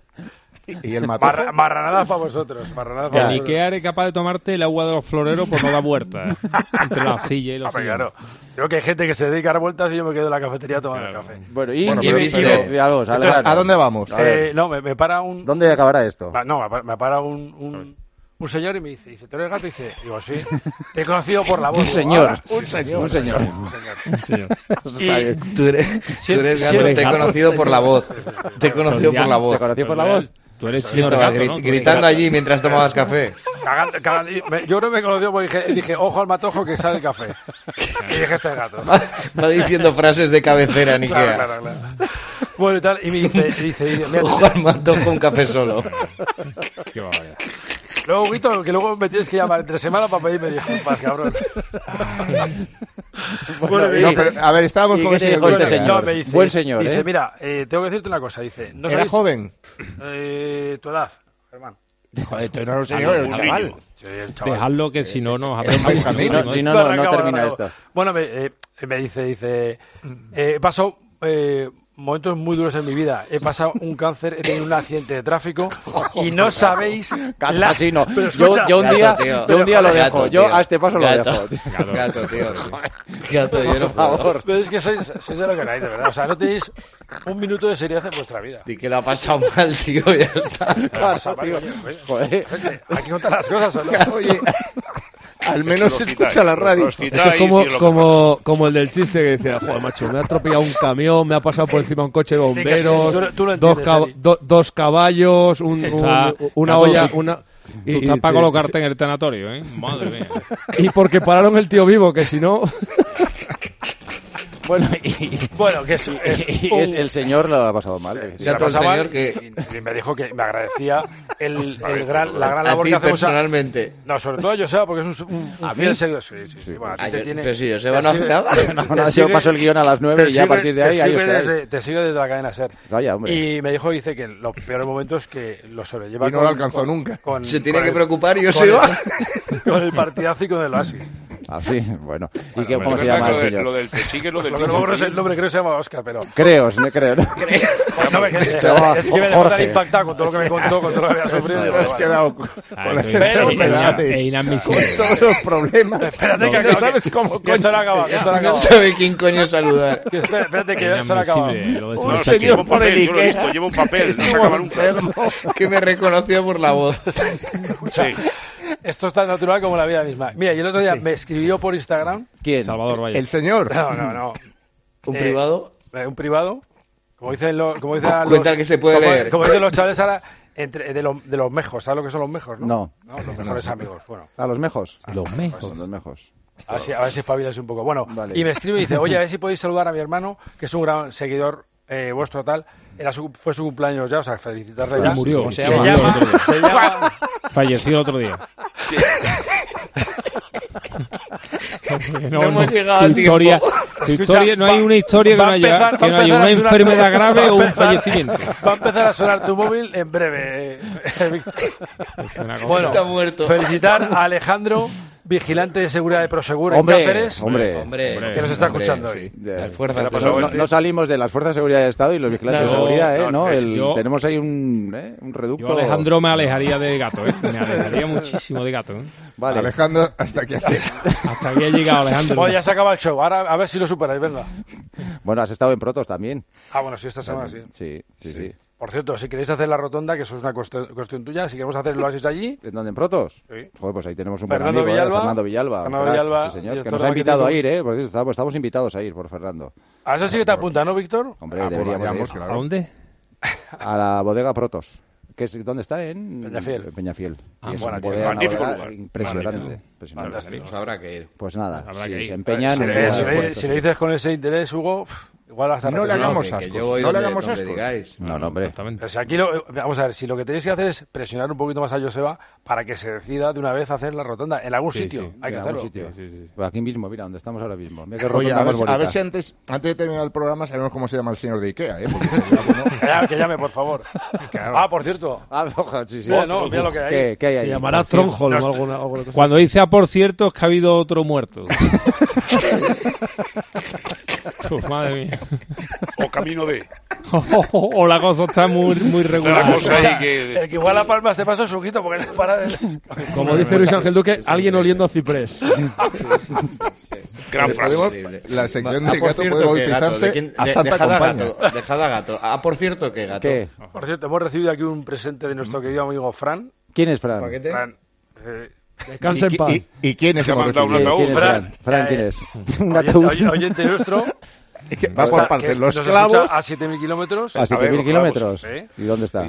S7: ¿Y el matojo?
S10: Marra- marranadas para vosotros. Marranadas para
S6: En
S10: vosotros.
S6: Ikea eres capaz de tomarte el agua de los floreros por no dar vueltas. entre la silla y los
S10: Hombre, claro. Creo que hay gente que se dedica a dar vueltas y yo me quedo en la cafetería tomando
S6: Claro.
S10: el café.
S4: Bueno, y,
S7: Bueno,
S4: y-
S7: pero
S4: y-
S7: viste-
S4: y- vamos, al
S7: Entonces,
S4: grano.
S7: ¿A dónde vamos?
S10: Eh, no, me, me para un.
S4: ¿Dónde acabará esto?
S10: va- No, me para, me para un, un, un señor y me dice, dice, ¿tú eres gato? Y dice, digo, sí. Te he conocido por la voz.
S4: Un
S10: Digo,
S4: señor.
S10: "Ah,
S4: Un señor. Un señor.
S10: Un señor.
S4: Está bien.
S8: Tú eres, tú eres gato,
S6: siempre
S8: te he
S6: gato,
S8: conocido por la voz. Te he conocido por la
S4: ¿Te
S8: voz.
S4: conocí por la
S6: Pero
S4: voz?
S6: Tú eres
S8: Yo
S6: señor
S8: estaba
S6: gato,
S8: gri-
S6: ¿no? Tú eres
S8: gritando
S6: gato.
S8: allí mientras tomabas café.
S10: Cagando- cagando- y me- yo no me conoció porque dije, dije, ojo al matojo que sale el café. Y dije, este es gato.
S8: Va diciendo frases de cabecera en
S10: Claro,
S8: Ikea.
S10: claro, claro. Bueno, y tal, y me dice, y dice, y dice, mira,
S8: Juan mató con café solo.
S6: Qué barbaridad.
S10: luego, Guito, que luego me tienes que llamar entre semana para pedirme disculpas, cabrón. Bueno, me
S7: No,
S10: dice-
S7: pero, a ver, estábamos
S4: ¿Y
S7: con
S4: qué
S7: ese
S4: te dijo este
S7: Ikea.
S4: señor?
S10: no, me dice,
S4: Buen señor,
S10: dice,
S4: ¿eh?
S10: mira, eh, tengo que decirte una cosa, dice, no
S7: ¿Era
S10: sabéis
S7: joven?
S10: eh, tu edad, Germán.
S7: Joder, tú no eres
S6: Ah,
S7: un señor, era un
S5: Un
S7: chaval.
S5: niño.
S10: Sí, el chaval. Eh,
S6: Dejadlo que si no nos atacamos.
S7: Benjamín,
S6: ¿no?
S4: si
S6: No,
S4: no- si
S10: Lo
S4: no
S10: arrancaba,
S4: termina
S10: lo
S4: esto.
S10: arrancaba. Bueno, me, eh, me dice, dice, eh, he pasado eh, momentos muy duros en mi vida. He pasado un cáncer, he tenido un accidente de tráfico y no sabéis...
S4: Gato,
S10: la-
S4: así no.
S10: Pero
S4: Yo,
S10: escucha,
S4: yo un
S8: Gato,
S4: día,
S8: tío.
S4: yo un día lo
S8: Gato,
S4: dejo.
S8: tío.
S4: yo a este paso
S8: Gato.
S4: lo dejo. tío.
S8: Gato, tío. Gato, yo no
S4: Por favor.
S10: Pero es que sois, sois de lo que queráis, de verdad. O sea, no tenéis un minuto de seriedad en vuestra vida.
S8: Di que lo ha pasado mal, tío, ya está.
S4: Claro,
S10: Pasa, vale,
S4: tío.
S10: oye, oye,
S4: Joder.
S10: Hay que contar las cosas, ¿o no?
S7: Oye, al menos
S5: los
S7: se
S5: citáis,
S7: escucha la
S5: los-
S7: radio.
S5: los citáis
S9: Eso es
S5: y
S9: como,
S5: lo que
S9: como, como el del chiste que decía, joder, macho, me ha atropellado un camión, me ha pasado por encima un coche de bomberos,
S10: Sí, que sí, tú- tú lo
S9: dos,
S10: entiendes,
S9: cab-
S10: Eli.
S9: do- dos caballos, un- un-
S6: Está-
S9: una
S6: Gato,
S9: olla,
S6: tú-
S9: una...
S6: Tú estás para colocarte en el tanatorio, ¿eh? Madre mía.
S9: y porque pararon el tío vivo, que si no...
S4: Bueno, y,
S10: Bueno, que es, es,
S4: y es- el señor lo ha pasado mal.
S8: Gato,
S10: Se la pasaba
S8: señor,
S10: y-
S8: que-
S10: y me dijo que me agradecía el, el gran, la gran
S8: A
S10: labor
S8: ti
S10: que hacemos.
S8: personalmente.
S10: No, sobre todo a Joseba, porque es un, un, un
S4: ¿A
S10: fiel
S4: mí?
S10: seguidor. Sí, sí, sí. bueno, a ti
S8: Ah,
S10: te
S8: yo-
S10: tiene-
S8: Pero si yo se van a hacer
S10: sigue-
S8: nada.
S4: No, no,
S10: Te
S4: yo
S10: sigue-
S4: paso el guión a las nueve
S10: te
S4: y ya a
S10: sigue-
S4: partir de
S10: te
S4: ahí, ahí os
S10: sigue
S4: quedáis.
S10: desde- Te sigue desde la cadena SER.
S4: Vaya, hombre.
S10: Y me dijo, dice, que los peores momentos que lo sobrelleva
S7: Y no lo alcanzó nunca.
S10: con-
S8: Se tiene
S10: con
S8: que
S10: el-
S8: preocupar,
S10: con
S8: yo se va.
S10: el- Con el partidazo y con el oasis.
S4: Así, Ah, bueno. ¿Y qué,
S5: Pero
S4: cómo
S5: es
S4: se
S5: verdad
S4: llama el
S5: que lo de- Lo
S4: señor?
S5: del te sigue, lo
S10: Pues
S5: del
S10: lo que no me acuerdo es el nombre, creo que se llama Oscar, pero...
S4: Creos, no creo. ¿no?
S10: No, me- es que
S4: llama
S10: es que me dejó tan
S4: este Jorge. Este
S10: impactado con todo lo que me contó, con todo lo que había sufrido.
S7: Te has quedado con
S6: Ah,
S7: las
S6: sí, pero-
S7: enfermedades.
S6: es inadmisible.
S7: Todos los problemas.
S10: Espérate, que
S7: no,
S10: acabo-
S7: sabes cómo
S10: que esto no
S7: coño.
S10: acaba, que esto no
S8: No
S10: acaba.
S8: sabe quién coño saludar.
S10: Que esto- Espérate, que esto no acaba.
S6: Inadmisible. lo de
S7: Un
S5: No,
S6: Tsunami.
S5: o sea, que
S7: señor
S5: lleva un
S7: por el
S5: papel, yo lo he
S7: Ikea.
S5: visto, lleva un papel, no se
S7: Estuvo
S5: acaba nunca.
S7: enfermo.
S8: Que me reconoció por la voz.
S10: Esto es tan natural como la vida misma. Mira, y el otro día me escribió por Instagram.
S4: ¿Quién?
S6: Salvador Valle.
S7: El señor.
S10: No, no, no.
S8: Un
S10: Eh,
S8: privado.
S10: Eh, Un privado. Como dicen los. Como dicen ahora
S8: Cuenta
S10: los-
S8: que se puede
S10: como,
S8: leer.
S10: como dicen los chavales ahora. Entre, de, los- de los mejos, ¿sabes lo que son los mejos? No,
S4: No.
S10: los mejores amigos. Bueno,
S4: A los mejos. Ah,
S6: Los mejos.
S4: Son los mejos.
S10: a ver si, a ver si espabiláis un poco. Bueno,
S4: Vale.
S10: y me escribe y dice: Oye, a ver si podéis saludar a mi hermano, que es un gran seguidor eh, vuestro tal. Era su- fue su cumpleaños ya, o sea, felicitarle ya.
S6: murió.
S10: Se
S6: Se
S10: llama,
S6: murió.
S10: se llama,
S6: Falleció el otro día. Porque
S11: No hemos llegado a
S6: tu historia,
S11: tiempo.
S6: tu
S11: Escucha,
S6: historia- no hay
S11: va-
S6: una historia que
S10: va
S6: no
S10: a
S6: haya,
S10: empezar-
S6: que
S10: va
S6: no
S10: a
S6: haya
S10: empezar
S6: una
S10: a sonar-
S6: enfermedad
S10: va
S6: grave
S10: a
S6: o un
S10: empezar-
S6: fallecimiento.
S10: Va a empezar a sonar tu móvil en breve. eh, bueno,
S11: Está muerto.
S10: felicitar a Alejandro, vigilante de seguridad de Prosegur
S4: Hombre,
S10: en Cáceres,
S4: hombre,
S11: Hombre,
S10: que nos está
S11: hombre,
S10: escuchando
S11: sí.
S10: hoy.
S4: Ya.
S11: Las fuerzas
S4: No-
S11: del
S4: no,
S11: orden.
S4: no salimos de las fuerzas de seguridad del Estado y los vigilantes de
S6: No,
S4: seguridad, ¿eh?
S6: no,
S4: ¿no?
S6: es-
S4: El-
S6: yo-
S4: tenemos ahí un, ¿eh? un reducto.
S6: Yo, Alejandro, me alejaría de gato, ¿eh? Me alejaría muchísimo de gato. ¿eh?
S4: Vale.
S7: Alejandro, hasta que así.
S6: Hasta aquí ha llegado Alejandro.
S10: Bueno, ya se acaba el show. Ahora a ver si lo superáis, venga.
S4: Bueno, has estado en Protos también.
S10: Ah, bueno, sí, esta semana sí.
S4: Sí, sí, sí.
S10: Por cierto, si queréis hacer la rotonda, que eso es una cuestión, cuestión tuya, si queremos hacerlo así allí,
S4: ¿En dónde? ¿En Protos?
S10: Sí.
S4: Joder, pues ahí tenemos un
S10: Fernando
S4: buen amigo, ¿eh?
S10: Villalba.
S4: Fernando Villalba. un
S10: Fernando
S4: crack, sí,
S10: Villalba,
S4: señor, que
S10: director
S4: nos ha
S10: de
S4: invitado a ir,
S10: marketing.
S4: ¿eh? Por cierto, estamos, estamos invitados a ir por Fernando.
S10: a eso sí que te apunta, ¿no, Víctor?
S4: Hombre,
S7: Ah, pues
S4: deberíamos
S7: vayamos,
S4: ir.
S6: ¿A
S7: claro.
S6: dónde?
S4: A la bodega Protos. Que es, ¿Dónde está? En
S10: Peñafiel.
S4: en Peñafiel.
S6: Ah,
S4: Y es
S6: bueno,
S4: una
S6: tío,
S4: bodega, una
S5: magnífico
S4: bodega
S5: lugar.
S4: impresionante.
S6: Magnífico.
S4: impresionante.
S8: Pues habrá que ir.
S4: Pues nada,
S6: Habrá
S4: si
S6: que ir.
S4: se empeñan...
S10: Si
S4: un
S10: le,
S4: día
S10: si
S4: de
S10: le-
S4: esfuerzo,
S10: si le
S4: sí.
S10: dices con ese interés, Hugo, pff, igual hasta
S7: No le
S10: recepcionado.
S7: hagamos
S8: que- que
S7: ascos.
S8: yo voy
S7: No le
S8: donde-
S7: hagamos
S8: donde
S7: ascos.
S8: digáis.
S4: No, no, hombre.
S6: Exactamente.
S10: O sea, aquí lo- eh, vamos a ver, si lo que tenéis que hacer es presionar un poquito más a Joseba para que se decida de una vez hacer la rotonda en algún
S6: Sí,
S10: sitio.
S6: sí,
S10: Hay que
S4: en
S10: hacerlo.
S4: algún sitio. Pues aquí mismo, mira, donde estamos ahora mismo. Mira qué rotonda
S7: Oye, a ver,
S4: más
S7: si- a ver
S4: bonita.
S7: si antes, antes de terminar el programa sabemos cómo se llama el señor de Ikea, ¿eh? Porque sería bueno.
S10: Que llame, que llame, por favor. Ah, por cierto,
S4: Ah, ojo, sí, sí.
S10: Mira, no, mira lo que hay.
S4: ¿Qué, qué hay ahí?
S9: Se llamará
S4: Por cierto,
S9: Tronholm
S10: no-
S9: o alguna, alguna cosa.
S6: Cuando dice a por cierto es que ha habido otro muerto. Uf, Pues madre mía.
S5: O camino de.
S6: o la cosa está muy, muy
S5: La
S6: regular.
S5: cosa ahí que.
S10: el que igual a Palma este paso es ojito porque no para de...
S9: Como dice Luis Ángel Duque, alguien oliendo a ciprés.
S5: Gran frase.
S7: Podemos-
S8: Increíble.
S7: la sección
S8: Ah,
S7: de
S8: por
S7: gato
S8: cierto
S7: puede
S8: que gato,
S7: bautizarse
S8: ¿de quién-
S7: a
S8: de-
S7: Santa
S8: dejad a
S7: Compañía.
S8: gato, dejad a gato. Ah, por cierto que gato. Mm.
S4: ¿Qué?
S10: Por cierto, hemos recibido aquí un presente de nuestro querido amigo Fran.
S4: ¿Quién es Fran?
S8: Paquete.
S10: Fran, eh,
S9: Descansa en
S7: ¿Y-
S9: paz.
S7: y, y quién es
S5: Se ha mandado
S4: ¿Quién-
S5: un ataúd.
S4: quién es
S10: Fran.
S4: Fran? Fran,
S10: Eh,
S4: ¿quién es? Un
S10: oyen-
S4: ataúd.
S10: oyen- oyente nuestro.
S7: Que Va
S10: está-
S7: por
S10: que
S7: partes. Los
S10: nos
S7: clavos.
S10: escucha A 7.000 kilómetros. Eh,
S4: A
S10: en
S4: 7.000
S5: los
S4: kilómetros.
S10: clavos,
S4: ¿Y dónde está?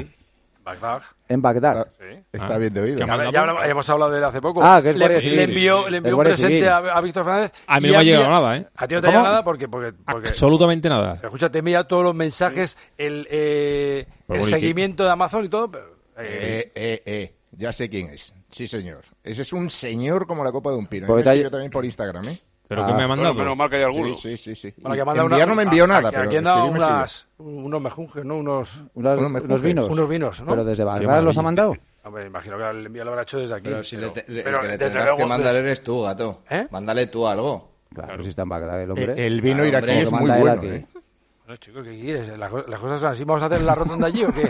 S10: Bagdad.
S4: En Bagdad.
S10: Ah, Sí.
S7: Está bien de oído.
S6: Que
S10: Ya, ya hablamos- hemos hablado de él hace poco.
S4: Ah, que es
S10: le,
S4: Guardia Civil.
S6: Sí,
S10: le envió, le envió
S4: Es
S10: un
S4: Guardia
S10: presente
S4: Civil.
S10: a, a Víctor Fernández.
S6: A
S10: y
S6: mí no me ha
S10: mí-
S6: llegado nada, ¿eh?
S10: A ti no te ha llegado
S4: ¿Cómo?
S10: nada porque. porque, porque
S6: Absolutamente nada.
S10: Escúchate, mira todos los mensajes, el, eh,
S6: Por
S10: el
S6: bonito.
S10: seguimiento de Amazon y todo. pero, eh,
S7: Eh, eh, eh. Ya sé quién es. Sí, señor. Ese es un señor como la copa de un pino.
S4: Porque
S7: Yo
S4: te ha-
S7: también por Instagram, ¿eh?
S6: Pero
S4: Ah,
S6: que me ha mandado.
S5: Bueno, menos mal que hay alguno.
S7: Sí, sí, sí. sí.
S10: bueno, que ha mandado
S7: Enviar
S10: una-
S7: no me envió
S10: a-
S7: nada,
S10: a-
S7: pero
S10: aquí han dado
S7: escribí, me escribió.
S10: unas- unos mejunjes, ¿no? Unos,
S4: Unos,
S7: Unos
S4: unos
S7: mejunjes.
S4: vinos.
S10: unos vinos, ¿no?
S4: Pero desde Bagdad
S6: maravilla.
S4: los ha mandado.
S10: Hombre, imagino que el envío lo habrá hecho desde aquí.
S8: Pero si le,
S10: pero-
S8: te- le- el
S10: pero
S8: que le
S10: desde
S8: tendrás
S10: luego,
S8: que mandar
S10: desde-
S8: eres tú, gato.
S10: ¿Eh?
S8: Mándale tú algo.
S4: Claro, si está en Bagdad el
S7: Eh,
S4: hombre.
S7: El vino
S8: Claro,
S7: iraquí
S8: hombre,
S7: es
S4: lo
S7: muy
S4: manda él a
S7: bueno,
S4: ti.
S7: ¿eh?
S10: No, chico, ¿qué quieres? Las, co- las cosas son así. ¿Vamos a hacer la rotonda allí o qué?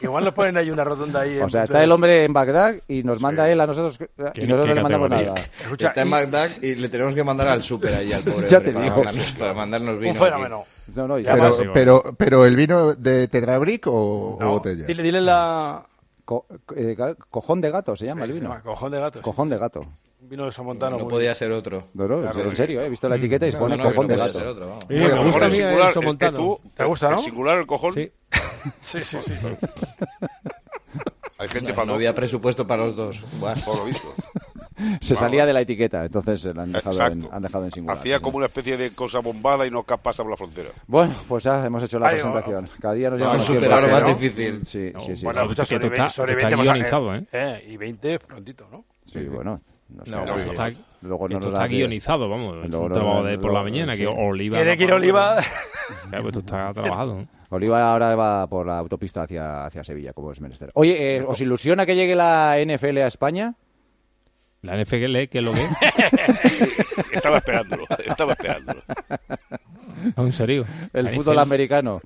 S10: Igual nos ponen ahí una rotonda ahí.
S4: O
S10: en-
S4: sea, está el hombre en Bagdad y nos manda él a nosotros y
S6: Qué-
S4: nosotros
S6: qué
S4: no le mandamos
S6: categoría.
S4: nada.
S10: Escucha,
S8: Está en
S10: y-
S8: Bagdad y le tenemos que mandar al súper ahí al pobre.
S4: Ya
S8: hombre,
S4: te
S8: para,
S4: digo.
S8: mandarnos- para mandarnos vino.
S10: Un fenómeno.
S4: No, no, ya.
S10: Pero-
S6: sí,
S7: Pero, pero, pero el vino de Tetrabric o, o
S10: No,
S7: botella.
S10: Dile, dile la.
S4: Co- eh, ga- cojón de gato se llama el
S10: se
S4: vino.
S10: llama Cojón de gatos.
S4: Cojón de gato.
S10: Un vino de Somontano.
S8: No
S10: muy-
S8: podía ser otro.
S4: No, no, en serio, ¿eh? he
S10: Mm.
S4: visto la etiqueta y se
S8: No,
S4: pone
S8: no, que
S4: cojón
S8: no
S4: de
S8: podía
S4: gato.
S8: ser otro. vamos.
S9: Oye, me
S5: Cojón
S9: gusta a
S5: en
S9: mí
S5: singular,
S9: el
S5: el-
S9: Somontano.
S5: tú,
S10: ¿Te gusta,
S5: el
S10: no?
S5: singular, el cojón.
S9: Sí.
S10: Sí, sí, sí.
S5: Hay gente
S8: No,
S5: para
S8: no había presupuesto para los dos. Buah.
S5: Por lo visto.
S4: Se salía de la etiqueta, entonces la han dejado, en,
S5: Exacto.
S4: han dejado en singular.
S5: Hacía
S4: sí,
S5: como
S4: sí.
S5: una especie de cosa bombada y no pasa por la frontera.
S4: Bueno, pues ya hemos hecho la
S10: Ay,
S4: presentación. Cada día nos lleva
S8: Vamos a
S4: más tiempo.
S8: superar lo más
S4: ¿no?
S8: difícil.
S4: Sí, sí, sí.
S10: Bueno,
S4: sí.
S10: escucha,
S6: que
S10: sobre
S6: esto está-
S10: 20 sobre
S6: que está
S10: 20 hemos-
S6: guionizado, ¿eh?
S10: Eh, Y 20 prontito, ¿no?
S4: Sí, bueno. nos
S7: No,
S4: queda-
S5: pero-
S6: Está,
S4: luego no
S6: esto
S4: nos
S6: está
S4: da que-
S6: guionizado, vamos. Es
S4: Luego
S6: un
S4: no
S6: trabajo
S4: da-
S6: de por
S4: luego-
S6: la mañana
S4: sí.
S6: que Oliva.
S10: Tiene
S6: no
S10: que ir
S6: para-
S10: Oliva.
S6: Claro, pues esto está trabajado.
S4: Oliva ahora va por la autopista hacia, hacia Sevilla, como es menester. Oye, eh, ¿os ilusiona que llegue la NFL a España?
S6: La NFL, ¿eh? ¿qué es lo que es?
S5: Estaba esperándolo, estaba esperándolo.
S6: No, en serio.
S4: El
S6: La
S4: fútbol
S6: NFL.
S4: americano.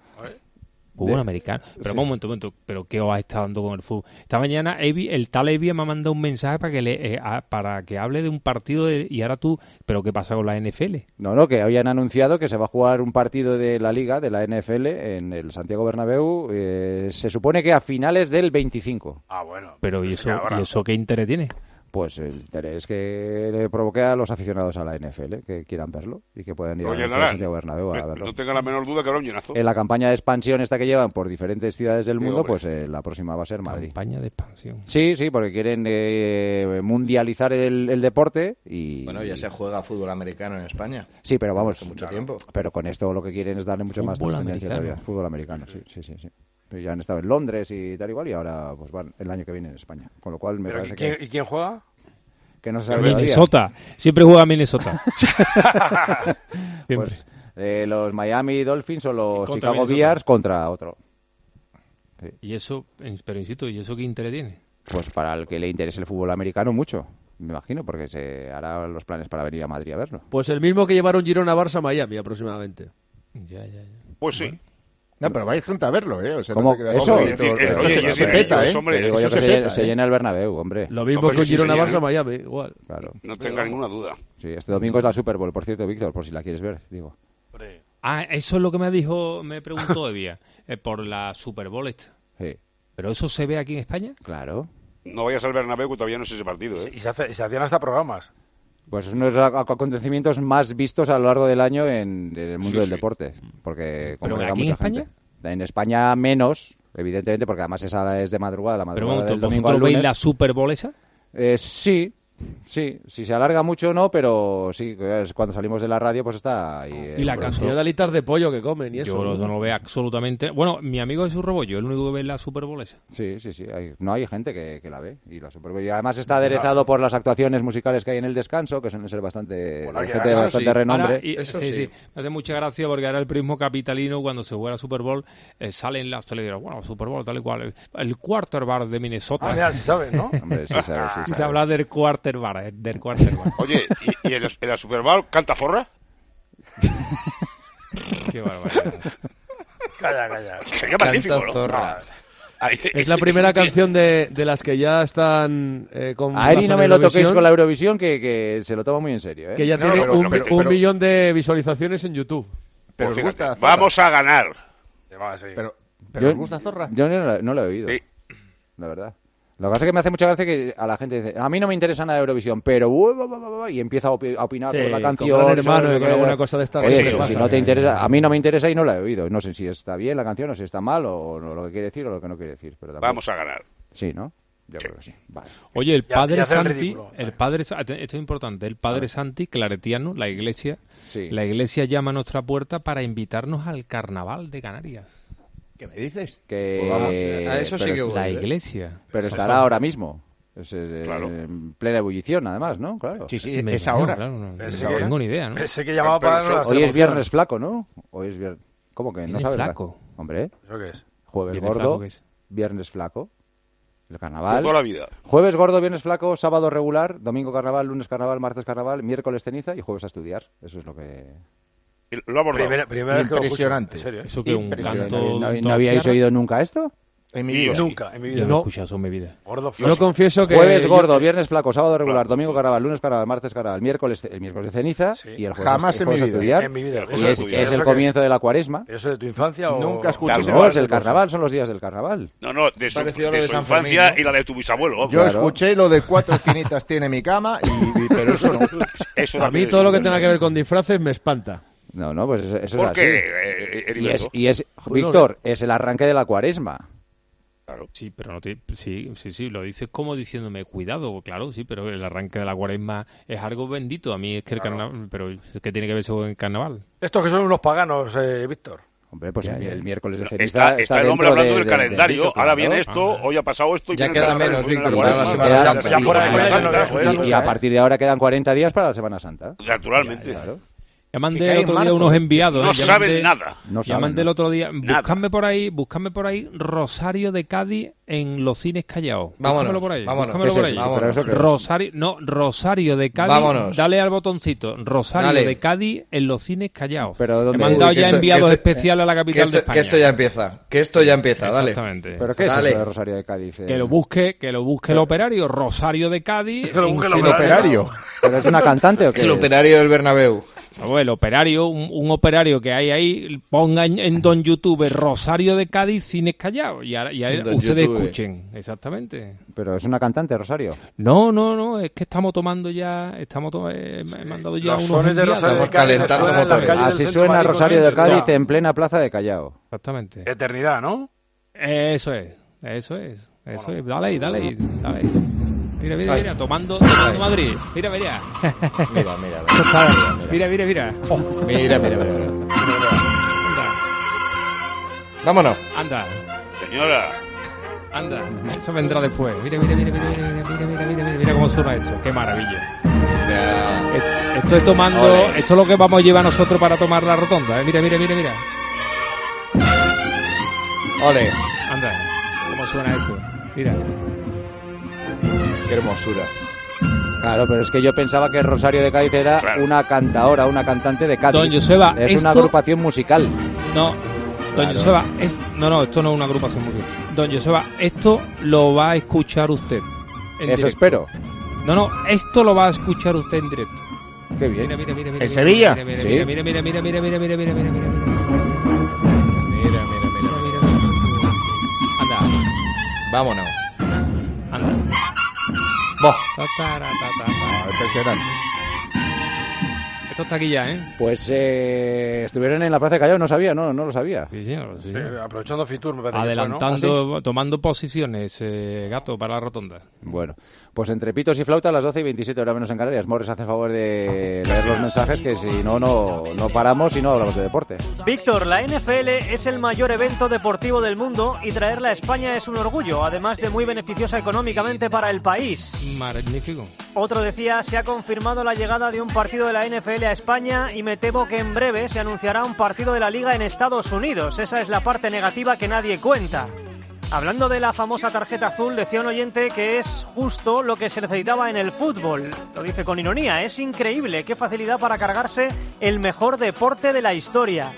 S6: Fútbol americano. Pero un momento, un momento. ¿Pero qué os ha estado dando con el fútbol? Esta mañana Evi- el tal Evia me ha mandado un mensaje para que, le, eh, a- para que hable de un partido de- y ahora tú... ¿Pero qué pasa con la NFL?
S4: No, no, que habían anunciado que se va a jugar un partido de la Liga, de la NFL, en el Santiago Bernabéu. eh, se supone que a finales del 25.
S10: Ah, bueno.
S6: Pero ¿y
S10: es que
S6: eso,
S10: ahora-
S6: ¿y eso qué interés tiene?
S4: Pues el interés que le provoque a los aficionados a la NFL, que quieran verlo y que puedan ir
S5: Lo
S4: al
S5: llenarán.
S4: Santiago Bernabéu a
S10: eh,
S5: Me-
S4: verlo.
S5: No tenga la menor duda que habrá un llenazo.
S4: En la campaña de expansión esta que llevan por diferentes ciudades del
S5: Sí,
S4: mundo,
S5: hombre.
S4: pues eh, la próxima va a ser Madrid.
S6: Campaña de expansión.
S4: Sí, sí, porque quieren eh, mundializar el, el deporte y...
S8: Bueno, ya se juega fútbol americano en España.
S4: Sí, pero vamos...
S8: mucho tiempo.
S4: Pero con esto lo que quieren es darle mucho más
S6: Fútbol
S4: trascendencia
S6: americano.
S4: todavía. Fútbol americano, sí, sí, sí. sí. Pero ya han estado en Londres y tal igual y ahora pues van el año que viene en España. Con lo cual me
S10: Pero, ¿y,
S4: parece
S10: quién,
S4: que,
S10: y quién juega?
S4: que no se sabe todavía.
S6: Minnesota. Siempre juega Minnesota. Siempre.
S4: Pues, eh, los Miami Dolphins o los
S6: Contra
S4: Chicago
S6: Minnesota.
S4: Bears contra otro.
S6: Y eso, en- pero insisto, ¿y eso qué interés tiene?
S4: Pues para el que le interese el fútbol americano mucho, me imagino, porque se harán los planes para venir a Madrid a verlo.
S9: Pues el mismo que llevaron Girona Barça a Miami aproximadamente.
S6: Ya, ya, ya.
S5: Pues sí.
S7: No, pero va a ir gente a verlo, ¿eh? O sea,
S4: ¿Cómo?
S7: no te creas
S4: Eso,
S7: que-
S4: es
S7: pero
S5: decir, oye,
S7: esto se,
S5: yo
S7: se
S5: sé,
S7: peta,
S5: yo
S7: ¿eh?
S5: hombre,
S4: Te digo
S7: Eso
S4: yo
S7: se
S4: que
S7: peta,
S4: se, se
S7: ¿eh?
S4: llena el Bernabéu, hombre.
S9: Lo mismo
S5: Hombre,
S9: que un
S5: sí,
S9: Girona
S5: señor.
S9: Barça a Miami, igual.
S4: Claro.
S5: No tenga ninguna duda.
S4: Sí, este domingo es la Super Bowl, por cierto, Víctor, por si la quieres ver, digo.
S10: Hombre,
S6: Ah, eso es lo que me dijo, me preguntó Evia, eh, por la Super Bowl esta.
S4: Sí,
S6: ¿Pero eso se ve aquí en España?
S4: claro.
S5: No vayas al Bernabéu que todavía no es ese partido, ¿eh?
S10: Y se, hace- se hacían hasta programas.
S4: Pues es uno de los ac- acontecimientos más vistos a lo largo del año en, en el mundo del deporte. Porque
S6: ¿Pero
S4: congrega
S6: aquí en
S4: mucha gente. En España menos, evidentemente, porque además esa es de madrugada, la
S6: Pero
S4: madrugada
S6: un momento,
S4: del domingo al
S6: ¿vosotros veis
S4: lunes.
S6: la Super Bowl esa?
S4: Eh, sí, sí. Si se alarga mucho no, pero sí, que es cuando salimos de la radio pues está ahí. eh,
S9: Y la
S4: pues,
S9: cantidad de alitas de pollo que comen y eso.
S6: Yo
S9: ¿no?
S6: lo- no lo veo absolutamente. Bueno, mi amigo Jesús Rebollo, el único que ve la Super Bowl esa.
S4: Sí, sí, sí. hay- no hay gente que, que la ve. Y, la superve- y además está aderezado por las actuaciones musicales que hay en el descanso, que suelen ser bastante...
S5: Bueno,
S4: de
S5: ya,
S4: gente de
S5: eso
S4: bastante
S9: sí.
S4: renombre.
S6: Ahora, y-
S9: eso
S6: sí,
S9: sí.
S6: sí. Me hace mucha gracia porque ahora el prismo capitalino, cuando se juega la Super Bowl, eh, salen las televisiones. Bueno, Super Bowl, tal y cual. eh, El quarter bar de
S10: Ah,
S6: Minnesota.
S10: mira, sí sabes, ¿no?
S4: Hombre, sí sabe, sí
S6: Y se
S4: sabe.
S6: habla del quarter bar, eh, del quarter bar.
S5: Oye, ¿y, y en, la- en la Super Bowl canta Forra?
S6: Qué barbaridad.
S10: Calla, calla.
S5: Sería magnífico, ¿no?
S8: Zorra.
S5: Ah, ahí-
S9: Es la primera canción de, de las que ya están eh, con.
S4: A Eri
S9: razón
S4: no me
S9: en
S4: lo toquéis
S9: Eurovisión,
S4: con la Eurovisión, que, que se lo toma muy en serio. ¿eh?
S9: Que ya
S7: No,
S9: tiene
S7: pero-
S9: un,
S7: pero-
S9: un
S7: pero-
S9: millón de visualizaciones en YouTube.
S7: Pero
S5: Pues
S7: os
S5: fíjate,
S7: gusta Zorra.
S5: Vamos a ganar.
S10: Va, sí.
S7: Pero,
S4: Yo-
S7: pero os gusta Zorra.
S4: Yo no, la- no lo he oído,
S5: Sí.
S4: la verdad. Lo que pasa es que me hace mucha gracia que a la gente dice, a mí no me interesa nada de Eurovisión, pero... uh, bu, bu, bu, bu", Y empieza a opi- a opinar
S9: Sí,
S4: sobre la
S9: con
S4: canción.
S9: Gran Hermano
S4: sobre
S9: y con
S4: qué-
S9: alguna cosa de estas
S4: Oye,
S9: que
S4: pero
S9: pasa.
S4: si no te interesa, a mí no me interesa y no la he oído. No sé si está bien la canción o si está mal o, o lo que quiere decir o lo que no quiere decir. Pero tampoco-
S5: Vamos a ganar.
S4: Sí, ¿no? Yo creo que sí. Vale.
S6: Oye, el
S10: Ya-
S6: padre
S10: ya hace el
S6: Santi,
S10: ridículo.
S6: el padre, Sa- esto es importante, el padre Santi, claretiano, la iglesia,
S4: Sí.
S6: la iglesia llama a nuestra puerta para invitarnos al carnaval de Canarias.
S7: ¿Qué me dices?
S4: Que...
S8: Pues vamos, a eso sí
S4: pero
S8: que
S4: es-
S8: voy.
S6: La
S8: eh.
S6: iglesia.
S4: Pero estará ahora mismo. Es, eh,
S5: Claro.
S4: En plena ebullición, además, ¿no? Claro.
S7: Sí, sí,
S6: Me
S7: es
S6: imagino,
S7: ahora.
S6: claro, no,
S10: Es
S6: no
S10: ahora.
S6: tengo ni idea, ¿no?
S10: Pensé que llamaba
S5: Pero-
S10: para
S5: pero-
S10: las
S4: Hoy es
S10: emociones.
S4: viernes flaco, ¿no? Hoy es viernes. ¿Cómo que no
S6: Viernes
S4: sabes? la-
S6: flaco.
S4: Hombre,
S10: ¿Eso qué es?
S4: jueves
S6: Viernes
S4: gordo,
S6: flaco que es.
S4: viernes flaco. El carnaval.
S5: Toda la vida.
S4: Jueves gordo, viernes flaco, sábado regular, domingo carnaval, lunes carnaval, martes carnaval, miércoles ceniza y jueves a estudiar. Eso es lo que.
S5: Lo ha abordado.
S10: Primera, primera vez que lo escucho,
S7: Impresionante.
S10: en serio, ¿eh?
S6: Eso que un
S7: Impresionante.
S6: canto.
S4: ¿No,
S6: de un
S4: no
S6: Tom
S4: habíais
S6: Sierra.
S4: oído nunca esto?
S7: En mi
S5: Mi
S7: vida.
S5: vida.
S10: Nunca en mi
S6: Yo
S10: vida.
S6: no he escuchado eso en mi vida.
S10: Gordo
S9: Yo
S10: flojo.
S9: confieso que.
S4: Jueves
S9: yo-
S4: gordo, viernes flaco, sábado regular, domingo carnaval, lunes carnaval, martes carnaval, miércoles, el miércoles de ceniza
S10: Sí. ¿eh?
S4: y el jueves,
S7: Jamás
S4: el
S7: en mi
S4: jueves a
S7: vida.
S4: estudiar.
S10: En mi vida.
S5: Y
S4: Y
S10: Eso
S4: es,
S10: es tuyo.
S4: es
S10: ¿Eso
S4: el
S10: qué
S4: comienzo de la cuaresma.
S10: ¿Pero ¿Eso de tu infancia o...?
S7: Nunca escuché
S5: Claro,
S7: ese
S4: No, es
S7: tipo
S4: el
S7: de cosas.
S4: carnaval, son los días del carnaval.
S5: No, no, de su,
S8: Parecido a lo
S5: de
S8: de
S5: su
S8: San Fermín,
S5: infancia
S8: ¿no?
S5: y la de tu bisabuelo. vamos.
S7: Yo
S4: Claro.
S7: escuché lo de cuatro esquinitas tiene mi cama, y, y- pero eso no.
S5: Eso
S9: A
S5: también
S9: mí
S5: es
S9: todo lo que
S5: un-
S9: tenga que ver con disfraces me espanta.
S4: No, no, pues eso, eso es
S5: ¿Por
S4: así.
S5: qué, eh, eh,
S4: Y es,
S5: Heriberto?
S4: y es
S9: Pues
S4: Víctor, es el arranque de la cuaresma.
S5: Claro.
S6: Sí, pero no te, sí, sí, sí, lo dices como diciéndome cuidado, claro, sí, pero el arranque de la cuaresma es algo bendito. A mí es que el carnaval, pero ¿qué tiene que ver eso con el carnaval?
S10: Estos que son unos paganos, eh, Víctor.
S4: Hombre, pues el, el miércoles de
S5: Está,
S4: ceniza
S5: está el hombre
S4: Ah, dentro
S5: hablando
S4: de-
S5: del
S4: de-
S5: calendario.
S4: dicho,
S5: Ahora
S4: claro.
S5: viene esto,
S6: Ajá.
S5: hoy ha pasado esto. Y
S8: Ya
S5: viene el
S8: queda
S5: calendario,
S8: menos,
S5: viene la
S8: Víctor, para la
S5: cuaresma.
S8: Semana
S4: Ya-
S8: Santa.
S10: Ya fuera de
S4: y-
S10: coña, no te dejo,
S4: y- y a partir de ahora quedan 40 días para la Semana Santa.
S5: Naturalmente.
S6: Ya
S7: Que
S6: mandé
S7: cae en
S6: otro día
S7: marzo.
S6: unos enviados.
S5: No
S6: ¿eh? Ya
S5: saben
S6: mandé-
S5: nada.
S4: No
S6: ya
S4: saben,
S6: mandé el
S4: ¿no?
S6: otro día.
S5: Nada.
S6: Buscadme por ahí, buscadme por ahí Rosario de Cádiz en los cines Callao.
S8: Vámonos,
S6: Búscamelo por ahí.
S8: vámonos.
S6: búscamelo
S4: ¿Qué es
S6: por
S4: eso?
S6: ahí.
S4: ¿Pero eso qué es?
S6: Rosario, no, Rosario de Cádiz.
S8: Vámonos.
S6: Dale al botoncito. Rosario
S8: Dale.
S6: de Cádiz en los cines Callao.
S4: Pero
S6: He
S4: ¿dónde?
S6: mandado
S8: Uy, que
S6: ya
S8: esto-
S6: enviados
S8: que esto-
S6: especiales a la
S8: Que
S6: capital de
S8: esto,
S6: España.
S8: que esto ya empieza. Que esto ya empieza, dale.
S6: Exactamente.
S4: ¿Pero qué es
S8: Dale.
S4: eso de Rosario de Cádiz? eh?
S6: Que lo busque, que lo busque el operario, Rosario de Cádiz.
S10: Que lo busque el
S6: en cine-
S7: Operario.
S4: ¿Pero es una cantante o qué?
S8: El
S4: es?
S8: operario del Bernabéu.
S6: No, el operario, un, un operario que hay ahí, ponga en, en Don YouTube Rosario de Cádiz Cines Callao y, ahora- y ahora
S8: En Don
S6: ustedes
S8: YouTube.
S6: escuchen, exactamente.
S4: Pero es una cantante, Rosario.
S6: No, no, no, es que estamos tomando ya, estamos to- eh, me he mandado ya
S10: Los
S6: unos
S10: sones de
S6: enviados.
S10: Rosario de
S8: Estamos
S10: Cádiz
S8: calentando
S10: suenan en las
S8: motores.
S10: calles del
S4: Así
S10: centro
S4: Ah, suena
S10: madrileño
S4: Rosario de
S10: desde
S4: Cádiz
S10: la
S4: en plena plaza de Callao.
S6: Exactamente.
S10: Eternidad, ¿no?
S6: Eso es, eso es, eso es. Dale ahí, dale ahí, dale ahí. Mira, mira,
S8: Ay.
S6: mira, tomando, tomando Madrid. Mira, mira.
S8: Mira, mira,
S6: Mira, mira, mira. Oh,
S8: mira. Mira, mira, mira.
S6: anda,
S8: Vámonos.
S6: anda.
S5: señora.
S6: Anda, eso vendrá después. Mira, mira, mira, mira, mira, mira, mira, mira, mira, mira, mira cómo suena esto. Qué maravilla. Esto- Esto es tomando,
S11: Ole.
S6: esto es lo que vamos a llevar nosotros para tomar la rotonda. ¿eh? Mira, mira, mira, mira.
S4: Ole.
S6: Anda,
S10: eh,
S6: cómo suena eso. Mira.
S7: Qué hermosura.
S4: Claro, pero es que yo pensaba que Rosario de Cádiz era una cantadora, una cantante de Cádiz.
S6: Don Joseba,
S4: es
S6: esto-
S4: una agrupación musical.
S6: No, don
S4: Claro.
S6: Joseba, es- no, no, esto no es una agrupación musical. Don Joseba, esto lo va a escuchar usted. en
S4: Eso espero.
S6: directo. No, no, esto lo va a escuchar usted en directo.
S4: Qué bien.
S6: Mira, mira, mira, mira.
S4: ¿En
S6: mira,
S4: Sevilla?
S6: Mira,
S4: Sí.
S6: mira, mira, mira, mira, mira, mira, mira, mira, mira, mira.
S11: Mira, mira, mira,
S6: mira, mira. Anda,
S11: Vámonos.
S6: anda.
S7: Boh.
S6: Ta, ta, ra, ta, ta, ta.
S7: Impresionante.
S6: Esto está aquí ya, ¿eh?
S4: Pues eh, estuvieron en la Plaza de Callao, no sabía, no, no lo sabía.
S6: Sí, señor, sí,
S10: Sí,
S6: señor.
S10: eh, aprovechando Fitur,
S4: Pues
S10: me parece que fue, ¿no? ¿Ah,
S6: Adelantando,
S4: ¿Ah,
S6: tomando posiciones, eh, gato, para la rotonda.
S4: Bueno, pues entre pitos y flauta a las 12 y 27 horas menos en Canarias. Morris hace favor de leer los mensajes que si no, no, no paramos y no hablamos de deporte.
S12: Víctor, la NFL es el mayor evento deportivo del mundo y traerla a España es un orgullo, además de muy beneficiosa económicamente para el país.
S6: Magnífico.
S12: Otro decía, se ha confirmado la llegada de un partido de la NFL a España y me temo que en breve se anunciará un partido de la liga en Estados Unidos. Esa es la parte negativa que nadie cuenta. Hablando de la famosa tarjeta azul, decía un oyente que es justo lo que se necesitaba en el fútbol. Lo dice con ironía, es increíble, qué facilidad para cargarse el mejor deporte de la historia.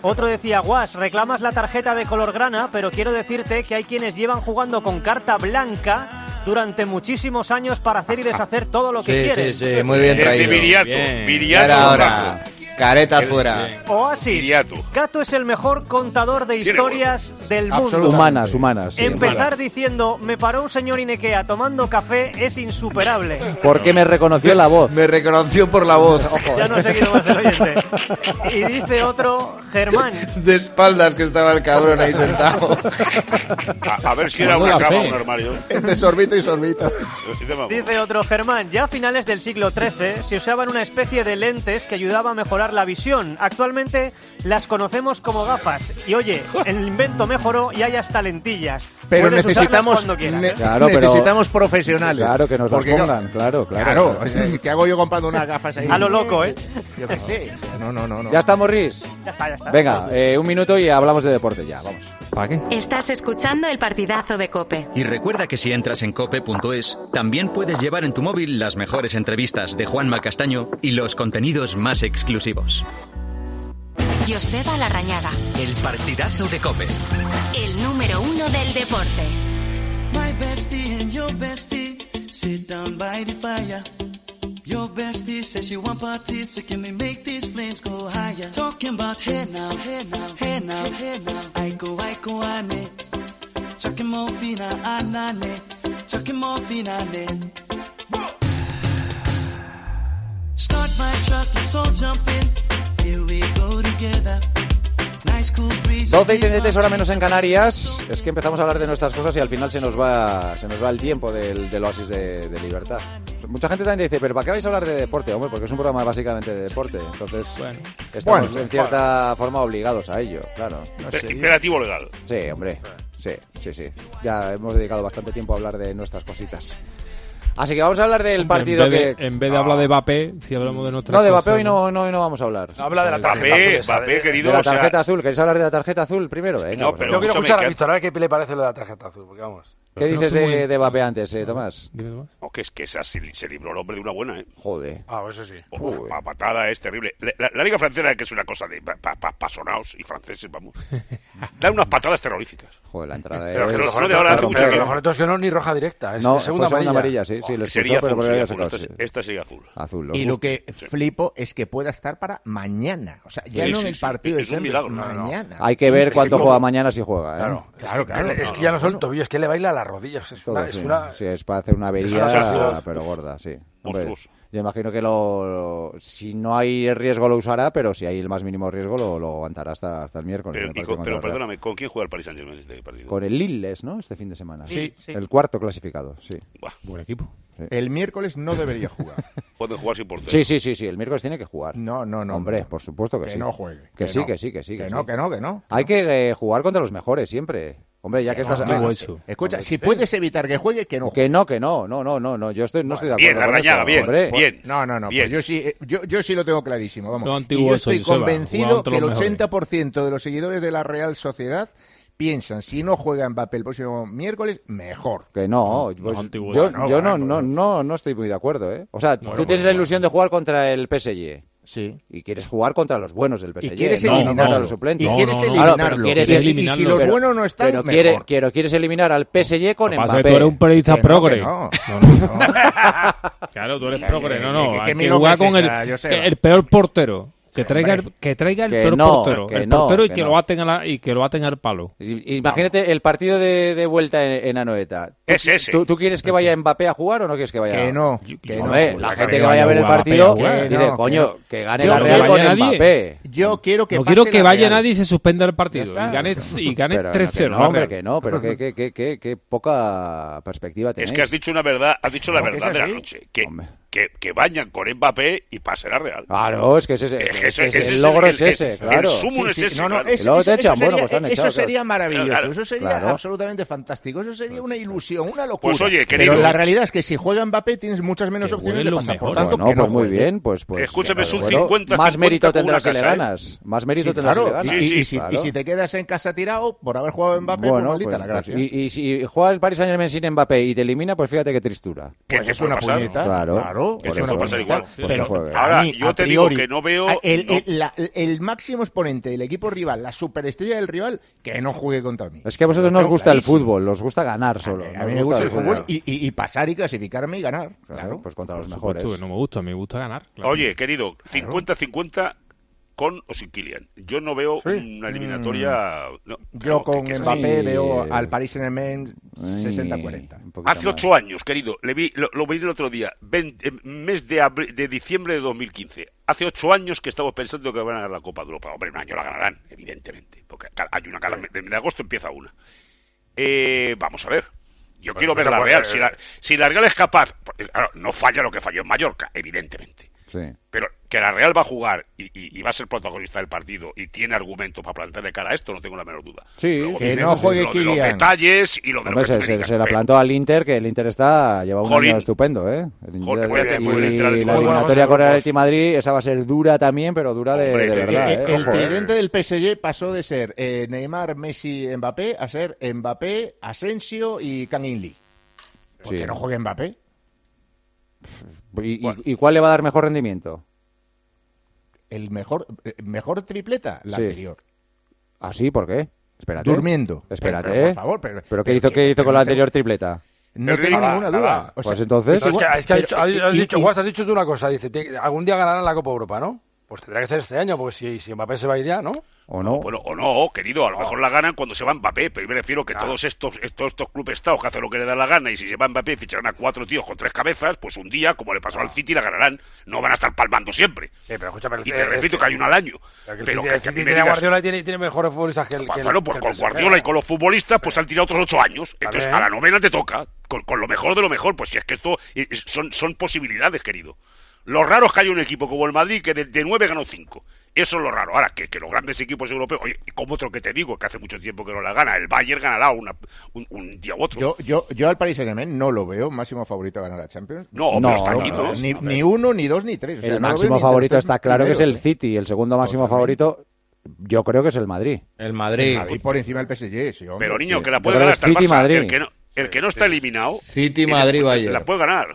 S12: Otro decía, Guas, reclamas la tarjeta de color grana, pero quiero decirte que hay quienes llevan jugando con carta blanca durante muchísimos años para hacer y deshacer todo lo
S11: Sí,
S12: que
S11: sí,
S12: quieren.
S11: sí, muy bien
S5: El de
S11: traído.
S5: Eh, Viriato,
S11: Bien.
S5: Viriato
S11: Y ahora,
S5: lo
S11: ahora, Careta fuera.
S12: Oasis, Gato es el mejor contador de historias del mundo.
S4: Absolutamente. Humanas, humanas. sí.
S12: Empezar diciendo, me paró un señor Inequea tomando café es insuperable.
S4: ¿Por qué me reconoció la voz?
S11: Me reconoció por la voz.
S12: Ya no sé quién más el oyente. Y dice otro, Germán,
S11: De espaldas que estaba el cabrón ahí sentado.
S5: A, a ver si era una cama o un armario.
S7: Entre Este sorbito y sorbito.
S12: Dice otro Germán, ya a finales del siglo XIII se usaban una especie de lentes que ayudaba a mejorar la visión. Actualmente las conocemos como gafas. Y oye, el invento mejoró y hay hasta lentillas.
S7: Pero
S12: Puedes
S7: necesitamos,
S12: usarlas cuando quieras.
S7: ne-
S4: Claro, pero-
S7: necesitamos profesionales.
S4: Claro, que nos las
S7: Porque no-
S4: pongan, claro, claro.
S7: Claro, o sea, ¿qué hago yo comprando unas gafas ahí?
S12: A lo loco, ¿eh?
S7: Yo qué sé. o sea, No, no, no. no.
S4: Ya está, Morris.
S12: Ya está, ya está.
S4: Venga, eh, un minuto y hablamos de deporte ya, vamos.
S6: ¿Para qué?
S1: Estás escuchando el partidazo de Cope.
S2: Y recuerda que si entras en cope.es, también puedes llevar en tu móvil las mejores entrevistas de Juanma Castaño y los contenidos más exclusivos.
S1: Joseba Larrañaga,
S2: El partidazo de cope.
S1: el número uno del deporte.
S13: My bestie and your bestie sit down by the fire. Your bestie says she want parties, so can we make these flames go higher? Talking about hey now, hey now, hey now, hey now. I go, I go, ane. Chucking morphine, ah, anane. Chucking morphine, ah, ane. Start my truck, let's all jump in. Here we go together. Nice cool breeze.
S4: 12 y 33 horas menos en Canarias. Es que empezamos a hablar de nuestras cosas y al final se nos va, se nos va el tiempo del, del oasis de, de libertad. Mucha gente también dice, pero ¿para qué vais a hablar de deporte? Hombre, porque es un programa básicamente de deporte. Entonces, estamos
S7: Bueno,
S4: en cierta forma obligados a ello, claro.
S5: Eh, Imperativo legal.
S4: Sí, hombre. Sí, sí, sí. Ya hemos dedicado bastante tiempo a hablar de nuestras cositas. Así que vamos a hablar del partido
S6: en vez
S4: que...
S6: de, en vez de hablar de Mbappé, si hablamos de nuestra
S4: No, de Vapeo hoy no, no, hoy no vamos a hablar.
S10: Habla de la tarjeta azul
S5: Papé,
S10: esa,
S5: papé,
S10: de-
S5: querido.
S4: De la
S5: o sea,
S4: tarjeta azul. ¿Queréis hablar de la tarjeta azul primero? Venga,
S5: No,
S4: pues
S5: pero
S10: Yo quiero
S5: escúchame,
S10: escuchar a
S5: que-
S10: Víctor, a ver qué le parece lo de la tarjeta azul, porque vamos.
S4: ¿Qué
S6: Pero
S4: dices
S6: no estoy
S4: de,
S6: muy-
S4: de Mbappé antes, eh, Tomás?
S6: Dime nomás.
S5: No, que es que esa se, se libró el hombre de una buena, ¿eh?
S4: Joder.
S10: Ah, eso sí.
S5: Uf, la patada es terrible. La, la- la Liga Francesa, que es una cosa de pa- pa- pa- pasonaos y franceses, vamos. Dan unas patadas terroríficas.
S4: Joder, la entrada
S5: Pero
S4: es-
S5: que lo mejor de ahora hace
S10: Pero,
S5: mucho
S10: pero lo
S5: tiempo.
S10: mejor de todo es que no es ni roja directa, es
S4: No,
S10: de segunda,
S4: fue segunda amarilla,
S10: amarilla.
S4: pues sí, sí, lo expulsó,
S5: Sería
S4: pero
S5: azul,
S4: por
S5: sería
S4: el
S5: azul.
S4: sacado,
S5: Esta,
S4: sí.
S5: es- esta sigue azul.
S4: Azul. los
S7: Y lo
S4: gustos.
S7: que flipo es que pueda estar para mañana. O sea, ya
S5: Sí,
S7: no en
S5: sí,
S7: el
S5: sí.
S7: partido de
S5: Es un
S7: Champions,
S5: milagro, no, no.
S7: mañana.
S4: Hay que ver
S5: Sí,
S4: cuánto
S5: sí,
S4: juega
S5: como-
S4: mañana si juega, ¿eh?
S7: Claro, claro, claro.
S10: Es que ya no son el tobillo, es que le baila las rodillas. Es
S4: Todo,
S10: una, es
S4: sí.
S10: una-
S4: Sí, es para hacer una avería,
S5: sensación.
S4: pero gorda, sí. Hombre,
S5: Monstruoso.
S4: yo imagino que lo, lo- si no hay riesgo lo usará, pero si hay el más mínimo riesgo lo, lo aguantará hasta, hasta el miércoles.
S5: Pero,
S4: en el
S5: y
S4: partido
S5: con-
S4: contra
S5: pero
S4: el Real.
S5: perdóname, ¿con quién juega el Paris Saint-Germain este partido?
S4: Con el Lilles, ¿no? Este fin de semana.
S12: Sí, sí.
S4: El cuarto clasificado, sí.
S5: Buah,
S6: Buen equipo.
S7: El miércoles no debería jugar.
S5: pueden jugar sin portero.
S4: Sí, sí, sí, sí. El miércoles tiene que jugar.
S7: No, no, no.
S4: Hombre, por supuesto que,
S7: que
S4: sí.
S7: no juegue.
S4: Que, sí,
S7: no.
S4: que sí, que sí.
S7: Que
S4: sí.
S7: no, que no, que no.
S4: Hay que eh, jugar contra los mejores siempre. Hombre, ya que
S7: Pero
S4: estás.
S7: no,
S4: ah,
S7: eso.
S4: Escucha,
S7: si puedes evitar que juegue, que no
S4: Que no, que no, no, no, no, no. Yo estoy, no estoy de acuerdo.
S7: Bien,
S4: con
S7: Larrañaga,
S4: eso,
S7: bien,
S4: hombre.
S7: bien. No, no,
S4: Ah,
S7: no. pues Yo sí, eh, yo, yo sí lo tengo clarísimo. Vamos.
S6: Lo antiguo
S7: y yo
S6: soy,
S7: estoy
S6: Joseba, jugaba
S7: convencido
S6: entre
S7: que el
S6: los mejores.
S7: 80% de los seguidores de la Real Sociedad piensan si no juega Mbappé el próximo miércoles, mejor.
S4: Que no, pues,
S7: antiguo
S4: yo,
S7: es. No, pues.
S4: yo no,
S7: bueno,
S4: no, no, no estoy muy de acuerdo, ¿eh? O sea,
S7: Bueno,
S4: tú
S7: bueno,
S6: pues
S4: tienes la ilusión de jugar contra el PSG.
S7: Sí.
S4: Y quieres jugar contra los buenos del PSG.
S7: quieres
S4: no
S7: eliminarlo.
S4: contra los suplentes.
S7: Y quieres
S4: Claro,
S7: eliminarlo.
S4: pero
S7: Y si- y si los
S4: pero-
S7: buenos no están,
S4: pero
S7: mejor.
S4: quiere- quiero- quieres eliminar al PSG con
S6: Pasa que
S4: Mbappé.
S6: tú eres un periodista
S4: Que no,
S6: progre.
S4: que no.
S6: Claro, tú eres
S4: Que-
S6: progre. No, no.
S4: que- que
S6: Hay que
S4: milonga
S6: jugar
S4: es
S6: con
S4: esa,
S6: el,
S4: Joseba?
S6: que el peor portero. Que traiga, el,
S4: hombre.
S6: que traiga el
S4: Que
S6: peor
S4: no,
S6: portero.
S4: que
S6: el
S4: no,
S6: portero y
S4: que
S6: que,
S4: no.
S6: lo aten a la- y que lo aten al palo.
S4: Imagínate el partido de, de vuelta en, en Anoeta. ¿Tú-
S6: Es ese.
S4: ¿tú, tú quieres que vaya Mbappé a jugar o no quieres que vaya?
S7: Que no, que
S4: Hombre,
S7: no.
S4: la
S7: Que
S4: gente que
S7: no
S4: vaya a ver el
S7: juega
S4: partido
S7: Mbappé a jugar.
S4: dice,
S7: Que no,
S4: coño,
S7: que no.
S4: que gane
S7: Yo
S4: la
S7: no
S4: Real
S7: quiero
S4: con
S7: que vaya
S4: Mbappé.
S7: Yo quiero que
S6: no
S7: pase
S6: quiero que
S7: la
S6: vaya
S7: Real.
S6: nadie y se suspenda el partido.
S7: Ya está.
S6: Y gane, y gane
S4: Pero no, que
S6: 3-0.
S4: No,
S6: la
S4: hombre,
S6: Real.
S4: que no, pero que, que, que, que, que poca perspectiva tenéis.
S5: Es que has dicho una verdad, has dicho la
S4: No, que es
S5: verdad de la
S4: así.
S5: noche. Que, que, que bañan con Mbappé y pase la
S7: Ah,
S5: Real.
S4: Claro, es que es ese,
S5: Es que
S4: es que
S7: pues,
S5: ese- ese
S4: el logro
S5: el-
S4: es
S5: el-
S4: ese,
S5: el
S4: claro.
S5: sumo es ese,
S7: No, no,
S5: claro.
S7: es-
S4: Y luego te
S7: eso-
S4: echan,
S7: eso
S4: bueno,
S7: sería- eh,
S4: pues te han
S7: eso
S4: echado, claro.
S7: sería maravilloso,
S4: Claro,
S7: eso sería
S4: claro.
S7: absolutamente fantástico, eso sería una ilusión, una locura.
S5: Pues oye,
S7: Pero
S5: querido-
S7: la realidad es que si juega Mbappé tienes muchas menos opciones de pasar. Por tanto,
S4: Bueno,
S7: que no
S4: pues muy
S7: juegue.
S4: bien, pues, pues
S5: Escúchame, es un
S4: bueno,
S5: 50,
S4: más
S5: 50
S4: mérito
S5: con
S4: tendrás
S5: una
S4: si le
S5: casa, ¿eh?
S4: ganas, más mérito
S7: Sí,
S4: tendrás si
S7: claro.
S4: le ganas.
S7: Y, y si, y si te quedas en casa tirado por haber jugado a Mbappé, pues
S4: bueno,
S7: maldita
S4: pues,
S7: la
S4: pues,
S7: gracia.
S4: y, y si juega el Paris Saint-Germain sin Mbappé y te elimina, pues fíjate qué tristura.
S7: Pues es una puñeta.
S4: Claro,
S7: claro
S4: por
S7: es una
S4: eso.
S5: pasar
S7: puñeta.
S5: igual.
S4: Pues no
S7: Pero
S4: juegue.
S7: a
S5: Ahora,
S7: mí,
S5: yo
S7: a
S5: te digo
S7: priori,
S5: que no veo-
S7: a- Ah, El,
S5: no.
S7: el- la- el máximo exponente del equipo rival, la superestrella del rival, que no juegue contra mí.
S4: Es que a vosotros no os gusta el fútbol, os gusta ganar solo.
S7: A
S4: no
S7: mí
S4: os
S7: me gusta el
S4: fútbol.
S7: fútbol y, y- y pasar y clasificarme y ganar. Claro.
S4: Pues contra los
S6: Pues
S4: mejores.
S6: tú, no me gusta, me gusta ganar. claro.
S5: Oye, querido, 50-50 con o sin Kylian. Yo no veo una eliminatoria... no,
S7: Mm. Yo
S5: no, que-
S7: con
S5: que es
S7: Mbappé
S5: así.
S7: veo al Paris Saint-Germain 60-40.
S5: Hace ocho años, querido, le vi, lo, lo vi el otro día, ven- eh, mes de, abri- de diciembre de 2015. Hace ocho años que estamos pensando que van a ganar la Copa de Europa. Hombre, un año la ganarán, evidentemente, porque ca- hay una cada mes de, de agosto empieza una. Eh, vamos a ver. Yo
S11: Bueno,
S5: quiero ver
S11: no se
S5: la
S11: puede-
S5: Real. Si la, si la Real es capaz, porque, claro, no falla lo que falló en Mallorca, evidentemente.
S4: Sí.
S5: Pero que la Real va a jugar y, y- y va a ser protagonista del partido y tiene argumento para plantarle cara a esto, no tengo la menor duda.
S4: Sí,
S5: Luego
S4: que
S5: viene
S4: no juegue
S5: lo de los
S4: Kylian.
S5: detalles y lo de lo
S4: Hombre,
S5: que tú
S4: se,
S5: me
S4: se-
S5: digas,
S4: se la
S5: pero-
S4: plantó al Inter, que el Inter está lleva un
S5: Jolín.
S4: año estupendo, ¿eh? El
S5: Jolín,
S4: Inter-
S5: muy bien, muy bien,
S4: y
S5: el Atlético
S4: la
S5: de Madrid.
S4: eliminatoria con el
S5: Vamos.
S4: Atlético de Madrid, esa va a ser dura también, pero dura de,
S5: Hombre,
S4: de
S5: que-
S4: verdad,
S5: que-
S4: ¿eh?
S7: El
S4: Ojo, ¿eh?
S7: tridente del PSG pasó de ser eh, Neymar, Messi, Mbappé a ser Mbappé, Asensio y Kang In Lee. Porque
S4: Sí.
S7: no juegue Mbappé.
S4: ¿Y, y- y cuál le va a dar mejor rendimiento?
S7: El mejor, eh, mejor tripleta, la
S4: Sí.
S7: anterior.
S4: ¿Ah, sí? ¿por qué? Espérate.
S7: Durmiendo.
S4: Espérate.
S7: Pero, pero, por favor, pero-
S4: qué
S7: pero
S4: hizo,
S7: que-
S4: qué hizo
S7: pero
S4: con la
S7: no
S4: anterior tripleta?
S7: No tengo
S4: Nada,
S7: ninguna
S4: nada.
S7: duda. O sea,
S4: pues entonces.
S10: Pero es que, es que has
S7: pero-
S10: dicho, has- has
S7: y-
S10: dicho,
S7: y-
S10: Guas, has dicho tú una cosa. Dice, tiene- algún día ganarán la Copa Europa, ¿no? Pues tendrá que ser este año, porque si, si Mbappé se va a ir ya, ¿no?
S4: ¿O no?
S5: Bueno, o no, querido, a lo mejor la ganan cuando se va Mbappé, pero yo me refiero que todos estos, estos, estos clubes estados que hacen lo que le da la gana y si se va Mbappé y ficharán a cuatro tíos con tres cabezas, pues un día, como le pasó al City, la ganarán. No van a estar palmando siempre.
S10: Ah. pero escúchame, el
S5: y te
S10: City-
S5: repito
S10: es-
S5: que hay una al año. Pero
S10: Pero que
S5: que-
S10: el
S5: que a
S10: City
S5: mí me
S10: tiene a
S5: digas-
S10: Guardiola y tiene, tiene mejores futbolistas que el que el-
S5: Bueno,
S10: que
S5: pues
S10: el
S5: con
S10: PSG.
S5: Guardiola y con los futbolistas, pues han tirado otros ocho años. Entonces,
S10: Vale.
S5: a la novena te toca, con, con lo mejor de lo mejor. Pues si es que esto eh, es- son, son posibilidades, querido. Lo raro es que haya un equipo como el Madrid que de, de nueve ganó cinco. Eso es lo raro. Ahora, que, que los grandes equipos europeos, oye, y como otro que te digo, que hace mucho tiempo que no la gana, el Bayern ganará una- un, un día u otro.
S7: Yo, yo, yo al Paris Saint-Germain no lo veo máximo favorito a ganar la Champions.
S5: No, pero No, está aquí, ¿no?
S7: Ni, ni uno, ni dos, ni tres. O sea,
S4: el
S7: no lo veo
S4: máximo
S7: ni entre
S4: favorito
S7: los tres ¿eh?
S4: está claro que es el
S7: primeros,
S4: City. El segundo máximo favorito, yo creo que es el Madrid.
S7: El
S4: Madrid.
S7: Y por encima del PSG, sí, hombre.
S5: Pero niño,
S7: Sí.
S5: que la puede
S4: Yo creo
S5: ganar
S4: que
S5: hasta el
S4: City,
S5: Barça.
S4: Madrid.
S5: El que no, el que no está eliminado.
S11: City,
S5: el-
S11: Madrid,
S5: La
S11: Bayern.
S5: puede ganar.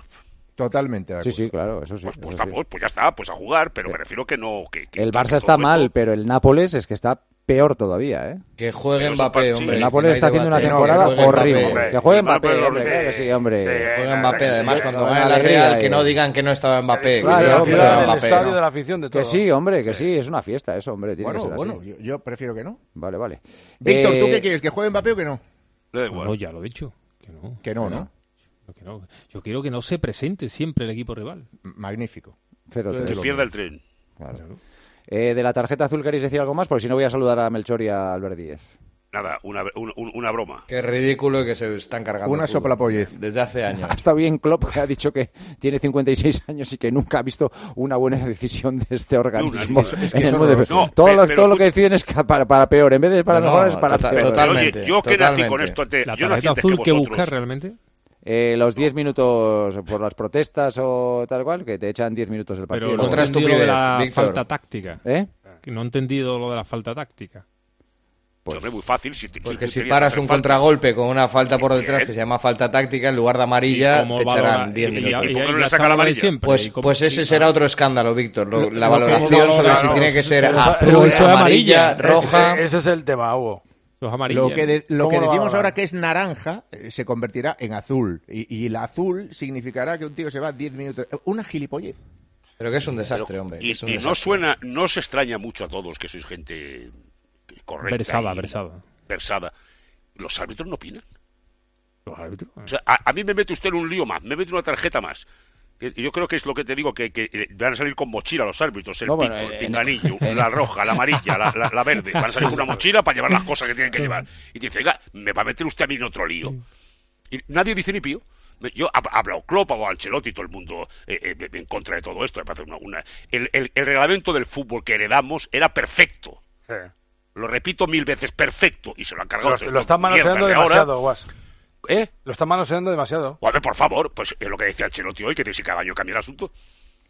S7: Totalmente. de
S4: Sí,
S7: acuerdo.
S4: sí, claro, eso sí. eso
S5: Pues,
S4: sí.
S5: vamos, pues ya está, pues a jugar, pero me refiero que no. Que, que-
S4: El
S5: que-
S4: Barça
S5: que
S4: está
S5: todo
S4: mal, pero el Nápoles es que está peor todavía, ¿eh?
S11: Que juegue
S5: Pero
S11: Mbappé,
S5: eso-
S11: hombre.
S4: el
S11: que
S4: Nápoles
S11: no hay
S4: está haciendo una
S11: debate.
S4: temporada
S11: Que juegue Mbappé.
S4: horrible. Que juegue Mbappé,
S11: Mbappé,
S4: hombre, claro que sí, hombre.
S11: Que juegue Mbappé, además,
S4: sí,
S11: cuando
S4: que
S11: gane
S4: juegue
S11: la
S4: la
S11: Real,
S4: Real
S11: que
S4: y-
S11: no digan que no estaba Mbappé.
S4: Claro,
S11: que era la
S4: hombre.
S11: fiesta de
S4: El
S11: Mbappé,
S4: estadio
S11: ¿no?
S4: de
S10: la afición de
S4: Que sí, hombre, que sí, es una fiesta eso, hombre. Tiene que
S7: Bueno,
S4: ser
S7: bueno,
S4: así.
S7: yo, yo prefiero que no.
S4: Vale, vale.
S7: Víctor, ¿tú
S4: Eh,
S7: qué quieres? ¿Que juegue Mbappé o que no?
S6: No, no, ya lo he dicho. Que no.
S7: Que no, ¿no?
S6: No, que no. Yo quiero que no se presente siempre el equipo rival.
S7: Magnífico.
S4: Cero,
S5: esto.
S4: tres.
S5: Que pierda el tren.
S4: Claro. Eh, de la tarjeta azul queréis decir algo más, porque si no voy a saludar a Melchor y a Albert Díez.
S5: Nada, una, un- un- una broma.
S8: Qué ridículo que se están cargando.
S4: Una
S8: el fútbol.
S4: soplapollez.
S8: Desde hace años.
S4: Ha estado bien Klopp, que ha dicho que tiene 56 años y que nunca ha visto una buena decisión de este organismo.
S8: es que- es que
S4: en el
S8: son
S4: mundo de-
S8: horrorosos. No,
S4: todo
S5: pe-
S4: lo,
S5: pero
S4: todo lo
S5: tú-
S4: que deciden es ca- para, para peor. En vez de para
S8: No,
S4: mejor, es para
S8: tota-
S4: peor.
S8: totalmente, Oye, yo que nací con totalmente. esto antes-
S6: La
S8: yo nací
S6: tarjeta
S8: antes que
S6: azul que
S8: vosotros.
S6: buscas realmente.
S4: Eh, los 10 minutos por las protestas o tal cual, que te echan 10 minutos el partido.
S6: Pero no he entendido lo de la falta táctica.
S4: ¿Eh?
S6: Que No he entendido lo de la falta táctica.
S5: Pues, Hombre, muy fácil. Si,
S8: Pues que si paras un contragolpe con una falta por detrás que se llama falta táctica, en lugar de amarilla,
S6: cómo
S8: te
S6: valora-
S8: echarán 10
S6: y- y-
S8: minutos.
S6: y- ¿Y por qué no y le ya saca la estamos amarilla? diciendo,
S8: Pues,
S6: ¿y cómo-
S8: pues ese será otro escándalo, Víctor. lo- la
S6: Lo que
S8: valoración
S6: valora-
S8: sobre si
S6: no,
S8: tiene que ser
S6: pero eso-
S8: azul, amarilla, roja.
S10: Ese, ese es el tema, Hugo.
S6: Los
S7: Lo que, de- lo que decimos ahora
S10: que
S7: que es naranja eh, se convertirá en azul. Y, y el azul significará que un tío se va 10 minutos. Una gilipollez.
S8: Pero que es un desastre, hombre.
S5: Y,
S8: es un
S5: y no
S8: desastre.
S5: suena, no se extraña mucho a todos que sois gente correcta.
S6: Versada,
S5: y-
S6: versada.
S5: versada. ¿Los árbitros no opinan?
S6: Los árbitros.
S5: O sea, a, a mí me mete usted en un lío más, me mete una tarjeta más. Que- Yo creo que es lo que te digo, que, que, eh, van a salir con mochila los árbitros, el
S4: No,
S5: pico,
S4: bueno,
S8: eh,
S5: el
S4: en-
S5: pinganillo, la roja, la amarilla, la, la- la verde. Van a salir con una mochila para llevar las cosas que tienen que llevar. Y dice, oiga, me va a meter usted a mí en otro lío. Y nadie dice ni pío. Me- Yo ha ha hablado Klopp, ha hablado Ancelotti, todo el mundo eh, eh, en contra de todo esto. me parece una- una- el- el- el reglamento del fútbol que heredamos era perfecto. Lo repito mil veces, perfecto. Y se lo han cargado.
S10: Lo,
S5: estos
S10: lo están
S5: mierdas
S10: manoseando
S5: de ahora.
S10: demasiado, Guas.
S5: ¿Eh?
S10: Lo están manoseando demasiado.
S5: Joder, por favor, pues es lo que decía Ancelotti hoy, que dice que cada año cambia el asunto.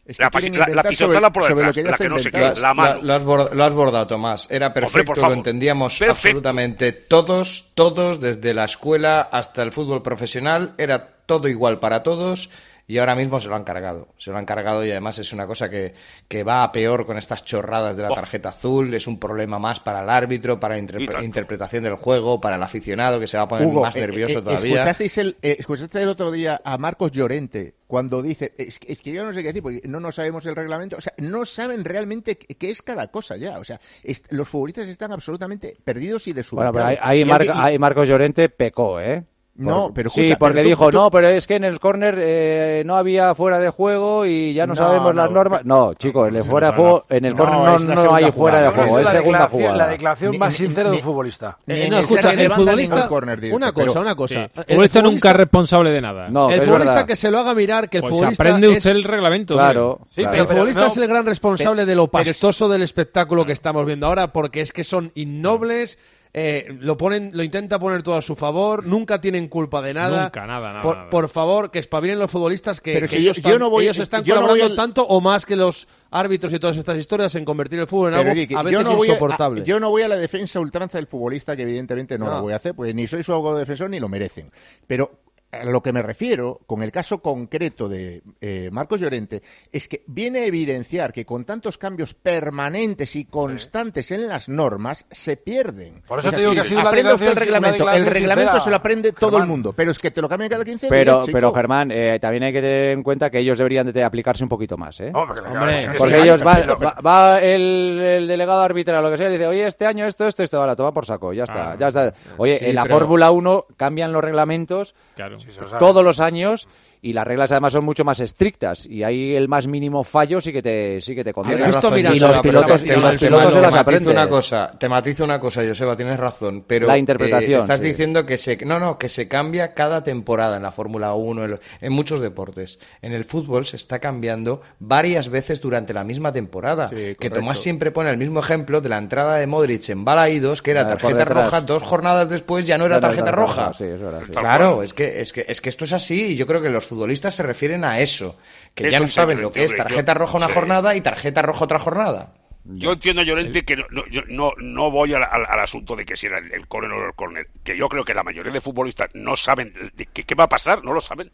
S7: Es
S5: la, pasi- la, la pisotada por detrás, la que no se queda, la mano.
S8: Lo has, bor- lo has bordado, Tomás. Era perfecto,
S5: por favor.
S8: lo entendíamos absolutamente todos, todos, desde la escuela hasta el fútbol profesional, era todo igual para todos y ahora mismo se lo han cargado. Se lo han cargado y además es una cosa que, que va a peor con estas chorradas de
S5: Oh.
S8: la tarjeta azul, es un problema más para el árbitro, para la interpre- interpretación del juego, para el aficionado que se va a poner
S7: Hugo,
S8: más
S7: eh,
S8: nervioso
S7: eh,
S8: todavía.
S7: ¿escuchasteis el, eh, escuchaste el otro día a Marcos Llorente cuando dice, es, que- es que yo no sé qué decir, porque no nos sabemos el reglamento, o sea, no saben realmente qué qué es cada cosa ya, o sea, est- los futbolistas están absolutamente perdidos y
S4: Bueno,
S7: desubicados.
S4: pero ahí, ahí
S7: Y
S4: Mar-
S7: aunque- y-
S4: ahí Marcos Llorente pecó, ¿eh?
S7: No, pero
S4: Sí,
S7: escucha,
S4: porque
S7: pero tú-
S4: dijo,
S7: tú-
S4: no, pero es que en el córner eh, no había fuera de juego y ya no,
S7: No,
S4: sabemos las
S7: no,
S4: normas. No, chico, en el fuera de
S7: no,
S4: juego, en el
S7: no,
S4: córner no,
S7: es la
S4: no
S7: segunda
S4: hay fuera de
S7: jugada.
S4: juego, es
S7: Es la
S4: segunda
S7: declaración-
S4: jugada.
S10: La declaración
S7: Ni-
S10: más
S7: ni-
S10: sincera de
S7: ni-
S10: un futbolista.
S7: ni-
S10: Eh,
S7: ni-
S10: no,
S7: se
S10: escucha,
S7: levanta
S10: el
S7: ningún
S10: futbolista-
S7: córner directo,
S9: Una cosa,
S7: pero-
S9: una cosa.
S7: Sí.
S9: El
S6: El futbolista nunca es
S9: futbolista-
S6: responsable de nada.
S9: el futbolista que se lo haga mirar, que el
S6: Ah. Pues
S9: futbolista.
S6: aprende
S9: es-
S6: usted el reglamento, Claro, hombre. Sí, pero-
S9: el
S6: pero
S9: futbolista
S6: no-
S9: es el gran responsable
S6: Pe-
S9: de lo
S6: pero es- Ah.
S9: pastoso del espectáculo que estamos viendo ahora, porque es que son innobles. eh, lo ponen, lo intenta poner todo a su favor, nunca tienen culpa de nada.
S6: Nunca, nada, nada,
S9: Por,
S6: nada.
S9: por favor, que espabilen los futbolistas que,
S7: Pero
S9: que
S7: si
S9: ellos,
S7: yo-
S9: tan-
S7: yo no voy-
S9: ellos están
S7: yo no voy
S9: colaborando
S7: al-
S9: tanto o más que los árbitros y todas estas historias en convertir el fútbol en
S7: Pero,
S9: algo
S7: Ricky,
S9: a
S7: yo
S9: veces
S7: no voy a-
S9: insoportable.
S7: a- yo no voy a la defensa ultranza del futbolista, que evidentemente no,
S9: No.
S7: lo voy a hacer, pues ni soy su abogado defensor ni lo merecen. Pero a lo que me refiero con el caso concreto de eh, Marcos Llorente es que viene a evidenciar que con tantos cambios permanentes y constantes en las normas se pierden.
S10: Por eso te digo que ha sido una
S7: aprenda usted el
S10: declaración- una
S7: reglamento. El
S10: declaración
S7: reglamento
S10: sincera,
S7: se lo aprende todo el
S10: Germán.
S7: mundo, pero es que te lo cambian cada 15
S4: Pero,
S7: días. chico.
S4: pero Germán, eh, también hay que tener en cuenta que ellos deberían de aplicarse un poquito más, ¿eh?
S10: Hombre, claro, Hombre, sí,
S4: porque
S10: sí,
S4: ellos
S10: sí,
S4: va,
S10: pero-
S4: va- va el, el delegado arbitral o lo que sea y dice, oye, este año esto, esto, esto, ahora toma por saco, ya está, ya está. Oye,
S9: Sí,
S4: en la
S9: pero-
S4: Fórmula 1 cambian los reglamentos
S6: Claro.
S4: todos los años y las reglas además son mucho más estrictas y ahí el más mínimo fallo sí que te sí que te condena
S8: Tienes razón,
S4: y
S8: Joseba,
S4: los
S8: pero
S4: pilotos, y
S8: te
S4: los
S8: matizo-
S4: pilotos se
S8: te
S4: las
S8: matizo
S4: aprenden
S8: una cosa, te matizo una cosa, Joseba, tienes razón, pero
S4: La interpretación,
S8: eh, estás
S4: sí.
S8: diciendo que se no, no, que se cambia cada temporada en la Fórmula 1, en, lo- en muchos deportes. En el fútbol se está cambiando varias veces durante la misma temporada, que
S7: correcto.
S8: Tomás siempre pone el mismo ejemplo de la entrada de Modric en Balaídos, que era
S4: Ah, por
S8: tarjeta
S4: detrás.
S8: roja, dos jornadas después ya no era
S4: Ya no era
S8: tarjeta
S4: tarjeta
S8: roja.
S4: roja, sí, eso era, sí.
S8: Claro, es que es que es que esto es así y yo creo que los futbolistas se refieren a eso, que
S5: Eso
S8: ya no
S5: sí,
S8: saben
S5: pero
S8: lo que
S5: yo-
S8: es
S5: yo-
S8: tarjeta roja una
S5: sí.
S8: jornada y tarjeta roja otra jornada.
S5: Yo entiendo, Llorente, que no, no, yo no, no voy al, al- al asunto de que si era el, el córner o el córner, que yo creo que la mayoría de futbolistas no saben de- de- qué va a pasar, no lo saben.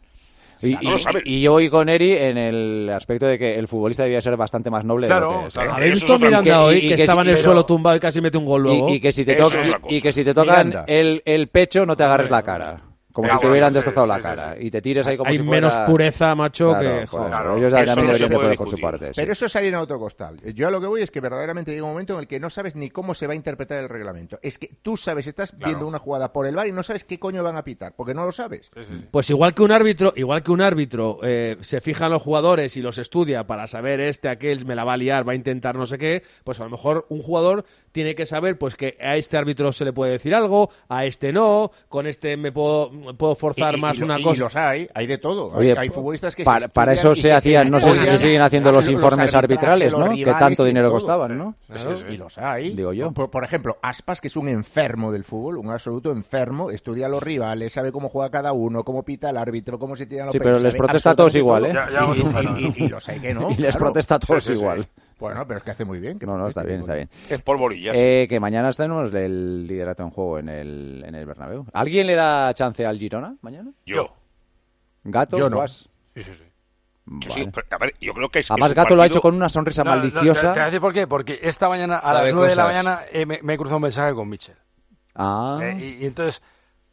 S4: y,
S5: no lo saben.
S4: y- y yo voy con Eri en el aspecto de que el futbolista debía ser bastante más noble de lo
S5: Claro,
S4: que es. ¿eh?
S5: claro.
S9: ¿Habéis
S5: Eso es
S9: visto a
S5: otra-
S9: Miranda
S5: y-
S9: hoy,
S5: y
S9: que
S5: que
S9: estaba
S5: sí,
S9: en el
S5: pero-
S9: suelo tumbado y casi mete un gol luego?
S4: Y, y que si te,
S5: Eso
S4: toca-
S5: es otra
S4: y, y que si te tocan el, el pecho no te agarres la cara Como
S9: Pero
S4: si te
S9: bueno,
S4: hubieran
S9: sí,
S4: destrozado la
S9: sí,
S4: cara. Y te tires ahí como
S9: Hay
S4: si fuera-
S9: menos pureza, macho,
S4: Claro,
S9: que...
S4: por
S9: joder.
S4: eso. ellos ya también deberían de poner por su parte. sí.
S7: Pero eso es salir a otro costal. Yo a lo que voy es que verdaderamente llega un momento en el que no sabes ni cómo se va a interpretar el reglamento. Es que tú sabes, estás viendo una jugada por el bar y no sabes qué coño van a pitar, porque no lo sabes.
S9: Pues igual que un árbitro, igual que un árbitro eh, se fijan los jugadores y los estudia para saber este, aquel, me la va a liar, va a intentar no sé qué, pues a lo mejor un jugador tiene que saber pues que a este árbitro se le puede decir algo, a este no, con este me puedo, puedo forzar
S7: Y- y-
S9: más
S7: y lo-
S9: una
S7: y
S9: cosa.
S7: los hay, hay de todo.
S4: Oye,
S7: hay, hay futbolistas que se
S4: para, para
S7: estudian
S4: eso
S7: y
S4: se
S7: que
S4: hacían, no sé si
S7: apoyan
S4: se siguen haciendo
S7: a
S4: los
S7: los
S4: informes
S7: arbitrajes,
S4: arbitrales,
S7: los
S4: ¿no? Que
S7: rivales
S4: tanto
S7: y
S4: dinero
S7: todo.
S4: costaban, ¿no?
S7: Claro, Y los hay.
S4: Digo yo.
S7: Por, por ejemplo, Aspas, que es un enfermo del fútbol, un absoluto enfermo, estudia a los rivales, sabe cómo juega cada uno, cómo pita el árbitro, cómo se tiran los
S4: Sí,
S7: penaltis,
S4: pero les
S7: sabe
S4: protesta a todos
S7: absolutamente
S4: igual,
S7: todo.
S4: ¿eh? Ya,
S7: Y, y- y- y- y los hay que no.
S4: Y les
S7: claro.
S4: protesta a todos igual.
S7: Bueno, pero es que hace muy bien. que-
S4: No, no, está bien, está bien.
S5: Es polvorilla.
S4: Eh, que mañana tenemos el liderato en juego en el, en el Bernabéu. ¿Alguien le da chance al Girona mañana?
S5: Yo.
S4: ¿Gato?
S5: Yo no.
S4: Guas?
S5: Sí, sí, sí.
S4: Vale.
S5: pero, a ver, yo creo que es.
S4: Además,
S5: es un
S4: Gato lo ha hecho
S5: partido-
S4: con una sonrisa
S10: No, no,
S4: maliciosa.
S10: te- te voy a decir por qué. Porque esta mañana, a
S4: Sabe
S10: las 9 de la
S4: cosas.
S10: mañana, eh, me, me he cruzado un mensaje con Mitchell.
S4: Ah.
S10: Eh, y, y entonces,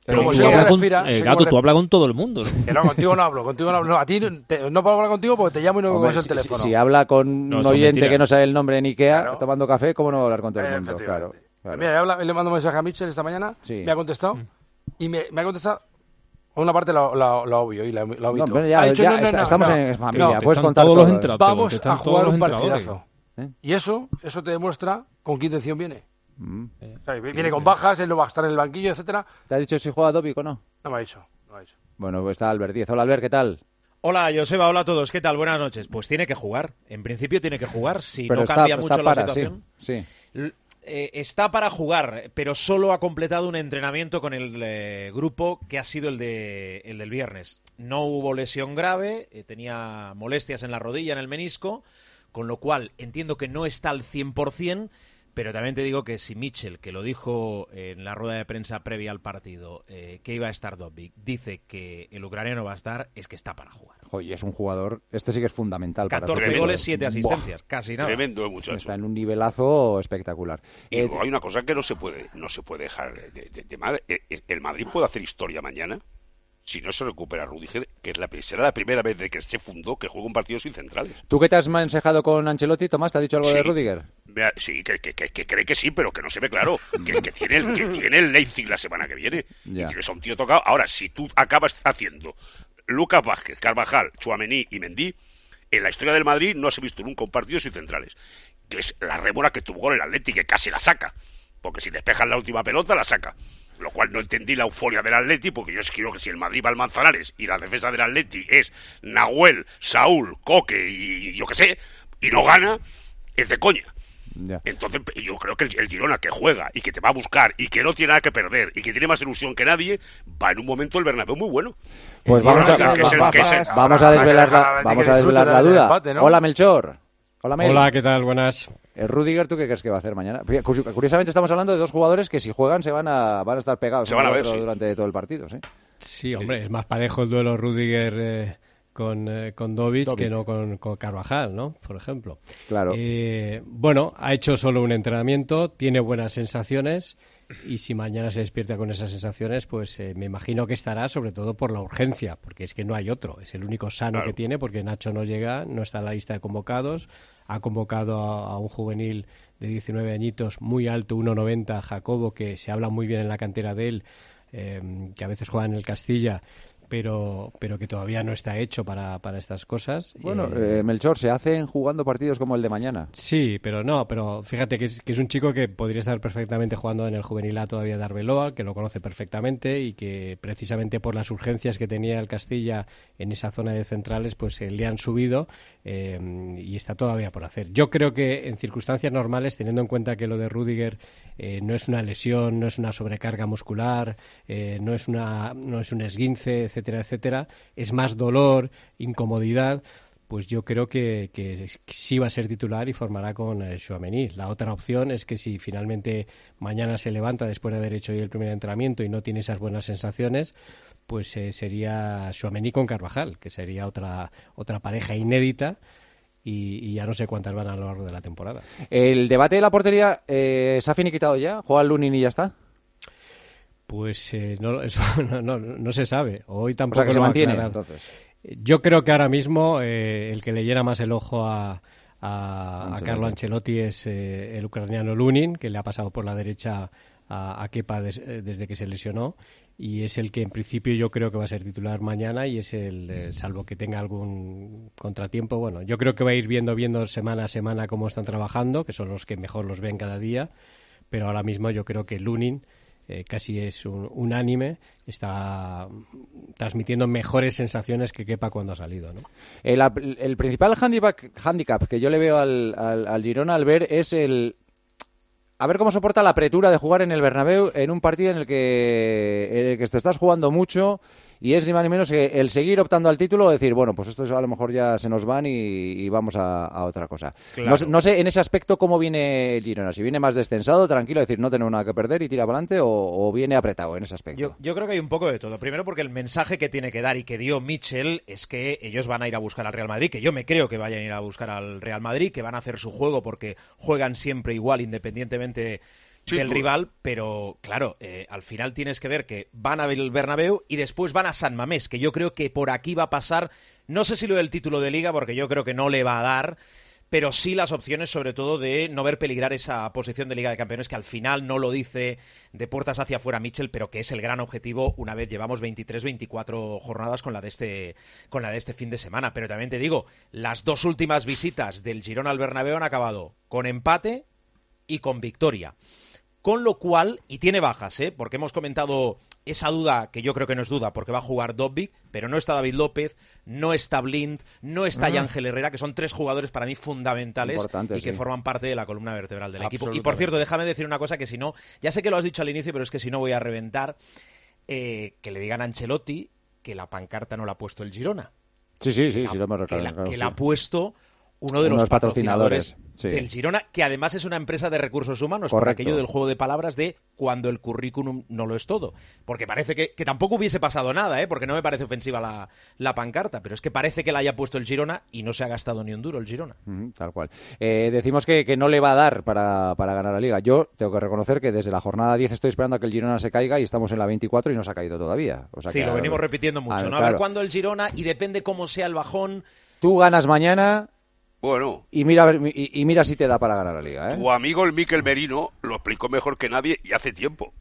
S6: Pero
S10: como
S6: tú
S10: sé cómo
S6: hablas con-
S10: respira,
S6: eh,
S10: sé cómo
S6: gato,
S10: re-
S6: tú hablas con todo el mundo. ¿no?
S10: Que no, contigo no hablo, contigo no hablo. No, a ti no- te- no puedo hablar contigo porque te llamo y no me
S4: Hombre,
S10: coges el
S4: si,
S10: teléfono.
S4: si- si habla con
S10: No,
S4: un
S10: eso es
S4: oyente
S10: mentira.
S4: que no sabe el nombre en Ikea tomando café, ¿cómo no va a hablar con todo el
S10: Eh,
S4: mundo? Claro.
S10: efectivamente. Mira, he habla- le mando un mensaje a Mitchell esta mañana,
S4: Sí. Mm.
S10: me ha contestado y me, me ha contestado una parte la, la- la obvio y la, la obvio.
S4: No, pero ya-
S10: Ha
S4: ya está- estamos en familia,
S10: te
S4: puedes
S10: están
S4: contar
S10: todos
S4: todo.
S10: los entrados,
S4: Vamos
S10: te
S4: a
S10: están todos
S4: jugar
S10: los
S4: un
S10: entrados.
S4: partidazo.
S10: Y eso, eso te demuestra con qué intención viene. O sea, viene con bajas, él no va a estar en el banquillo, etcétera.
S4: ¿Te Mm. ha dicho si juega Dopic o no?
S10: No me ha dicho, no me ha dicho.
S4: Bueno, pues está Albert 10. Hola, Albert, ¿qué tal?
S14: Hola, Joseba, hola a todos. ¿Qué tal? Buenas noches. Pues tiene que jugar. En principio tiene que jugar. Si
S4: Pero
S14: no
S4: está-
S14: cambia
S4: está
S14: mucho la
S4: para,
S14: situación.
S4: Sí, sí.
S14: L- eh, está para jugar, pero solo ha completado un entrenamiento con el eh, grupo que ha sido el, de, el del viernes. No hubo lesión grave, eh, tenía molestias en la rodilla, en el menisco, con lo cual entiendo que no está al 100%, pero también te digo que si Mitchell, que lo dijo en la rueda de prensa previa al partido, eh, que iba a estar Dobbik, dice que el ucraniano va a estar, es que está para jugar.
S4: Joder, es un jugador. Este sí que es fundamental. para
S14: 14
S4: este
S14: goles,
S4: equipo.
S14: 7
S4: Buah.
S14: asistencias, casi nada.
S5: Tremendo, eh, muchacho.
S4: Está en un nivelazo espectacular.
S5: Y
S4: Eh,
S5: luego hay una cosa que no se puede, no se puede dejar de, de- de mal. Eh, eh, El Madrid puede hacer historia mañana si no se recupera Rudiger, que es la, pri- será la primera vez de que se fundó que juega un partido sin centrales.
S4: ¿Tú qué te has mensajado con Ancelotti, Tomás? ¿Te ha dicho algo de
S5: Sí.
S4: Rudiger?
S5: Vea, Sí, que, que- que- que cree que sí, pero que no se ve claro. Que, que tiene, el, que tiene el Leipzig la semana que viene.
S4: Ya.
S5: Y tienes a un tío tocado. Ahora, si tú acabas haciendo Lucas Vázquez, Carvajal, Chuamení y Mendí, en la historia del Madrid no se ha visto nunca un partido sin centrales. Que es la rémora que tuvo con el Atlético, que casi la saca. Porque si despejas la última pelota, la saca. Lo cual no entendí la euforia del Atleti, porque yo creo que si el Madrid va al Manzanares y la defensa del Atleti es Nahuel, Saúl, Coque y yo qué sé, y no gana, es de coña.
S4: Ya.
S5: Entonces, pe- yo creo que el, el Girona que juega y que te va a buscar y que no tiene nada que perder y que tiene más ilusión que nadie, va en un momento el Bernabéu muy bueno.
S4: Pues
S5: El
S4: vamos a,
S5: Girona, que es el- que es el-
S4: vamos a desvelar la, vamos a desvelar la duda.
S15: empate, ¿no?
S4: Hola, Melchor. Hola, Mel.
S15: Hola, ¿qué tal? Buenas.
S4: Eh, Rudiger, ¿tú qué crees que va a hacer mañana? Fíjate, cursi- Curiosamente estamos hablando de dos jugadores que si juegan se van a, van a estar pegados
S15: Se van
S4: uno
S15: a
S4: al
S15: ver,
S4: otro
S15: sí.
S4: durante todo el partido. ¿sí?
S15: Sí, hombre, es más parejo el duelo Rudiger eh, con, eh, con Dovic
S4: Dovic.
S15: que no con, con Carvajal, ¿no? Por ejemplo.
S4: Claro.
S15: Eh, bueno, ha hecho solo un entrenamiento, tiene buenas sensaciones y si mañana se despierta con esas sensaciones, pues eh, me imagino que estará sobre todo por la urgencia, porque es que no hay otro, es el único sano
S5: Claro.
S15: que tiene porque Nacho no llega, no está en la lista de convocados, ha convocado a, a un juvenil de 19 añitos muy alto, 1,90, Jacobo, que se habla muy bien en la cantera de él, eh, que a veces juega en el Castilla. Pero, pero que todavía no está hecho para, para estas cosas.
S4: Bueno,
S15: Eh,
S4: eh, Melchor, se hacen jugando partidos como el de mañana.
S15: Sí, pero no, pero fíjate que es, que es un chico que podría estar perfectamente jugando en el juvenil A todavía de Arbeloa, que lo conoce perfectamente y que precisamente por las urgencias que tenía el Castilla en esa zona de centrales, pues eh, le han subido eh, y está todavía por hacer. Yo creo que en circunstancias normales, teniendo en cuenta que lo de Rudiger eh, no es una lesión, no es una sobrecarga muscular, eh, no, es una, no es un esguince, etcétera, etcétera, es más dolor, incomodidad pues yo creo que, que sí va a ser titular y formará con eh, Tchouaméni. La otra opción es que si finalmente mañana se levanta después de haber hecho hoy el primer entrenamiento y no tiene esas buenas sensaciones, pues eh, sería Chouameni con Carvajal, que sería otra, otra pareja inédita y, y ya no sé cuántas van a lo largo de la temporada.
S4: El debate de la portería eh, se ha finiquitado ya. Juega Lunin y ya está.
S15: Pues eh, no, eso no, no- no se sabe. Hoy tampoco
S4: sea, que se
S15: lo ha
S4: mantiene,
S15: aclarado.
S4: entonces.
S15: Yo creo que ahora mismo eh, el que le llena más el ojo a, a- a
S4: Ancelotti.
S15: Carlo Ancelotti es eh, el ucraniano Lunin, que le ha pasado por la derecha a, a Kepa des- eh, desde que se lesionó. Y es el que en principio yo creo que va a ser titular mañana y es el, eh, salvo que tenga algún contratiempo, bueno, yo creo que va a ir viendo, viendo semana a semana cómo están trabajando, que son los que mejor los ven cada día pero ahora mismo yo creo que Lunin eh, casi es un- unánime, está transmitiendo mejores sensaciones que Kepa cuando ha salido, ¿no?
S4: El, ap- el principal handicap, handicap que yo le veo al, al- al Girona al ver es el... A ver cómo soporta la apretura de jugar en el Bernabéu en un partido en el que, en el que te estás jugando mucho y es ni más ni menos que el seguir optando al título o decir, bueno, pues estos a lo mejor ya se nos van y, y vamos a, a otra cosa.
S14: Claro.
S4: No, sé- no sé en ese aspecto cómo viene el Girona. Si viene más descensado, tranquilo, decir, no tenemos nada que perder y tira para adelante o, o viene apretado en ese aspecto.
S14: Yo, yo creo que hay un poco de todo. Primero porque el mensaje que tiene que dar y que dio Mitchell es que ellos van a ir a buscar al Real Madrid, que yo me creo que vayan a ir a buscar al Real Madrid, que van a hacer su juego porque juegan siempre igual independientemente
S5: Sin
S14: del
S5: duda.
S14: rival, pero claro, eh, al final tienes que ver que van a ver el Bernabéu y después van a San Mamés, que yo creo que por aquí va a pasar, no sé si lo del título de liga, porque yo creo que no le va a dar, pero sí las opciones sobre todo de no ver peligrar esa posición de Liga de Campeones que al final no lo dice de puertas hacia afuera Mitchell, pero que es el gran objetivo una vez llevamos 23 24 jornadas con la de este con la de este fin de semana, pero también te digo, las dos últimas visitas del Girona al Bernabéu han acabado con empate y con victoria. Con lo cual, y tiene bajas, ¿eh? porque hemos comentado esa duda, que yo creo que no es duda, porque va a jugar Dobbik, pero no está David López, no está Blind, no está
S4: Mm.
S14: Ángel Herrera, que son tres jugadores para mí fundamentales
S4: Importante,
S14: y que
S4: sí.
S14: forman parte de la columna vertebral del equipo. Y por
S4: Absolutamente.
S14: cierto, déjame decir una cosa que si no, ya sé que lo has dicho al inicio, pero es que si no voy a reventar, eh, que le digan a Ancelotti que la pancarta no la ha puesto el Girona
S4: Sí, sí, sí, sí, lo hemos
S14: que,
S4: recalcado,
S14: la,
S4: claro,
S14: que
S4: sí.
S14: la ha puesto uno de
S4: Uno de
S14: los
S4: los patrocinadores,
S14: patrocinadores,
S4: sí.
S14: del Girona, que además es una empresa de recursos humanos, por
S4: Correcto.
S14: aquello del juego de palabras de cuando el currículum no lo es todo. Porque parece que, que tampoco hubiese pasado nada, ¿eh? porque no me parece ofensiva la, la pancarta, pero es que parece que la haya puesto el Girona y no se ha gastado ni un duro el Girona.
S4: Ujú, Tal cual. Eh, decimos que, que no le va a dar para, para ganar la liga. Yo tengo que reconocer que desde la jornada 10 estoy esperando a que el Girona se caiga y estamos en la 24 y no se ha caído todavía. O sea
S14: sí,
S4: que-
S14: lo venimos repitiendo mucho,
S4: Ah,
S14: ¿no? A ver
S4: claro.
S14: cuándo el Girona y depende cómo sea el bajón.
S4: Tú ganas mañana
S5: Bueno,
S4: y mira, a ver- y, y mira si te da para ganar la liga. ¿eh?
S5: Tu amigo el Miquel Merino lo explicó mejor que nadie y hace tiempo.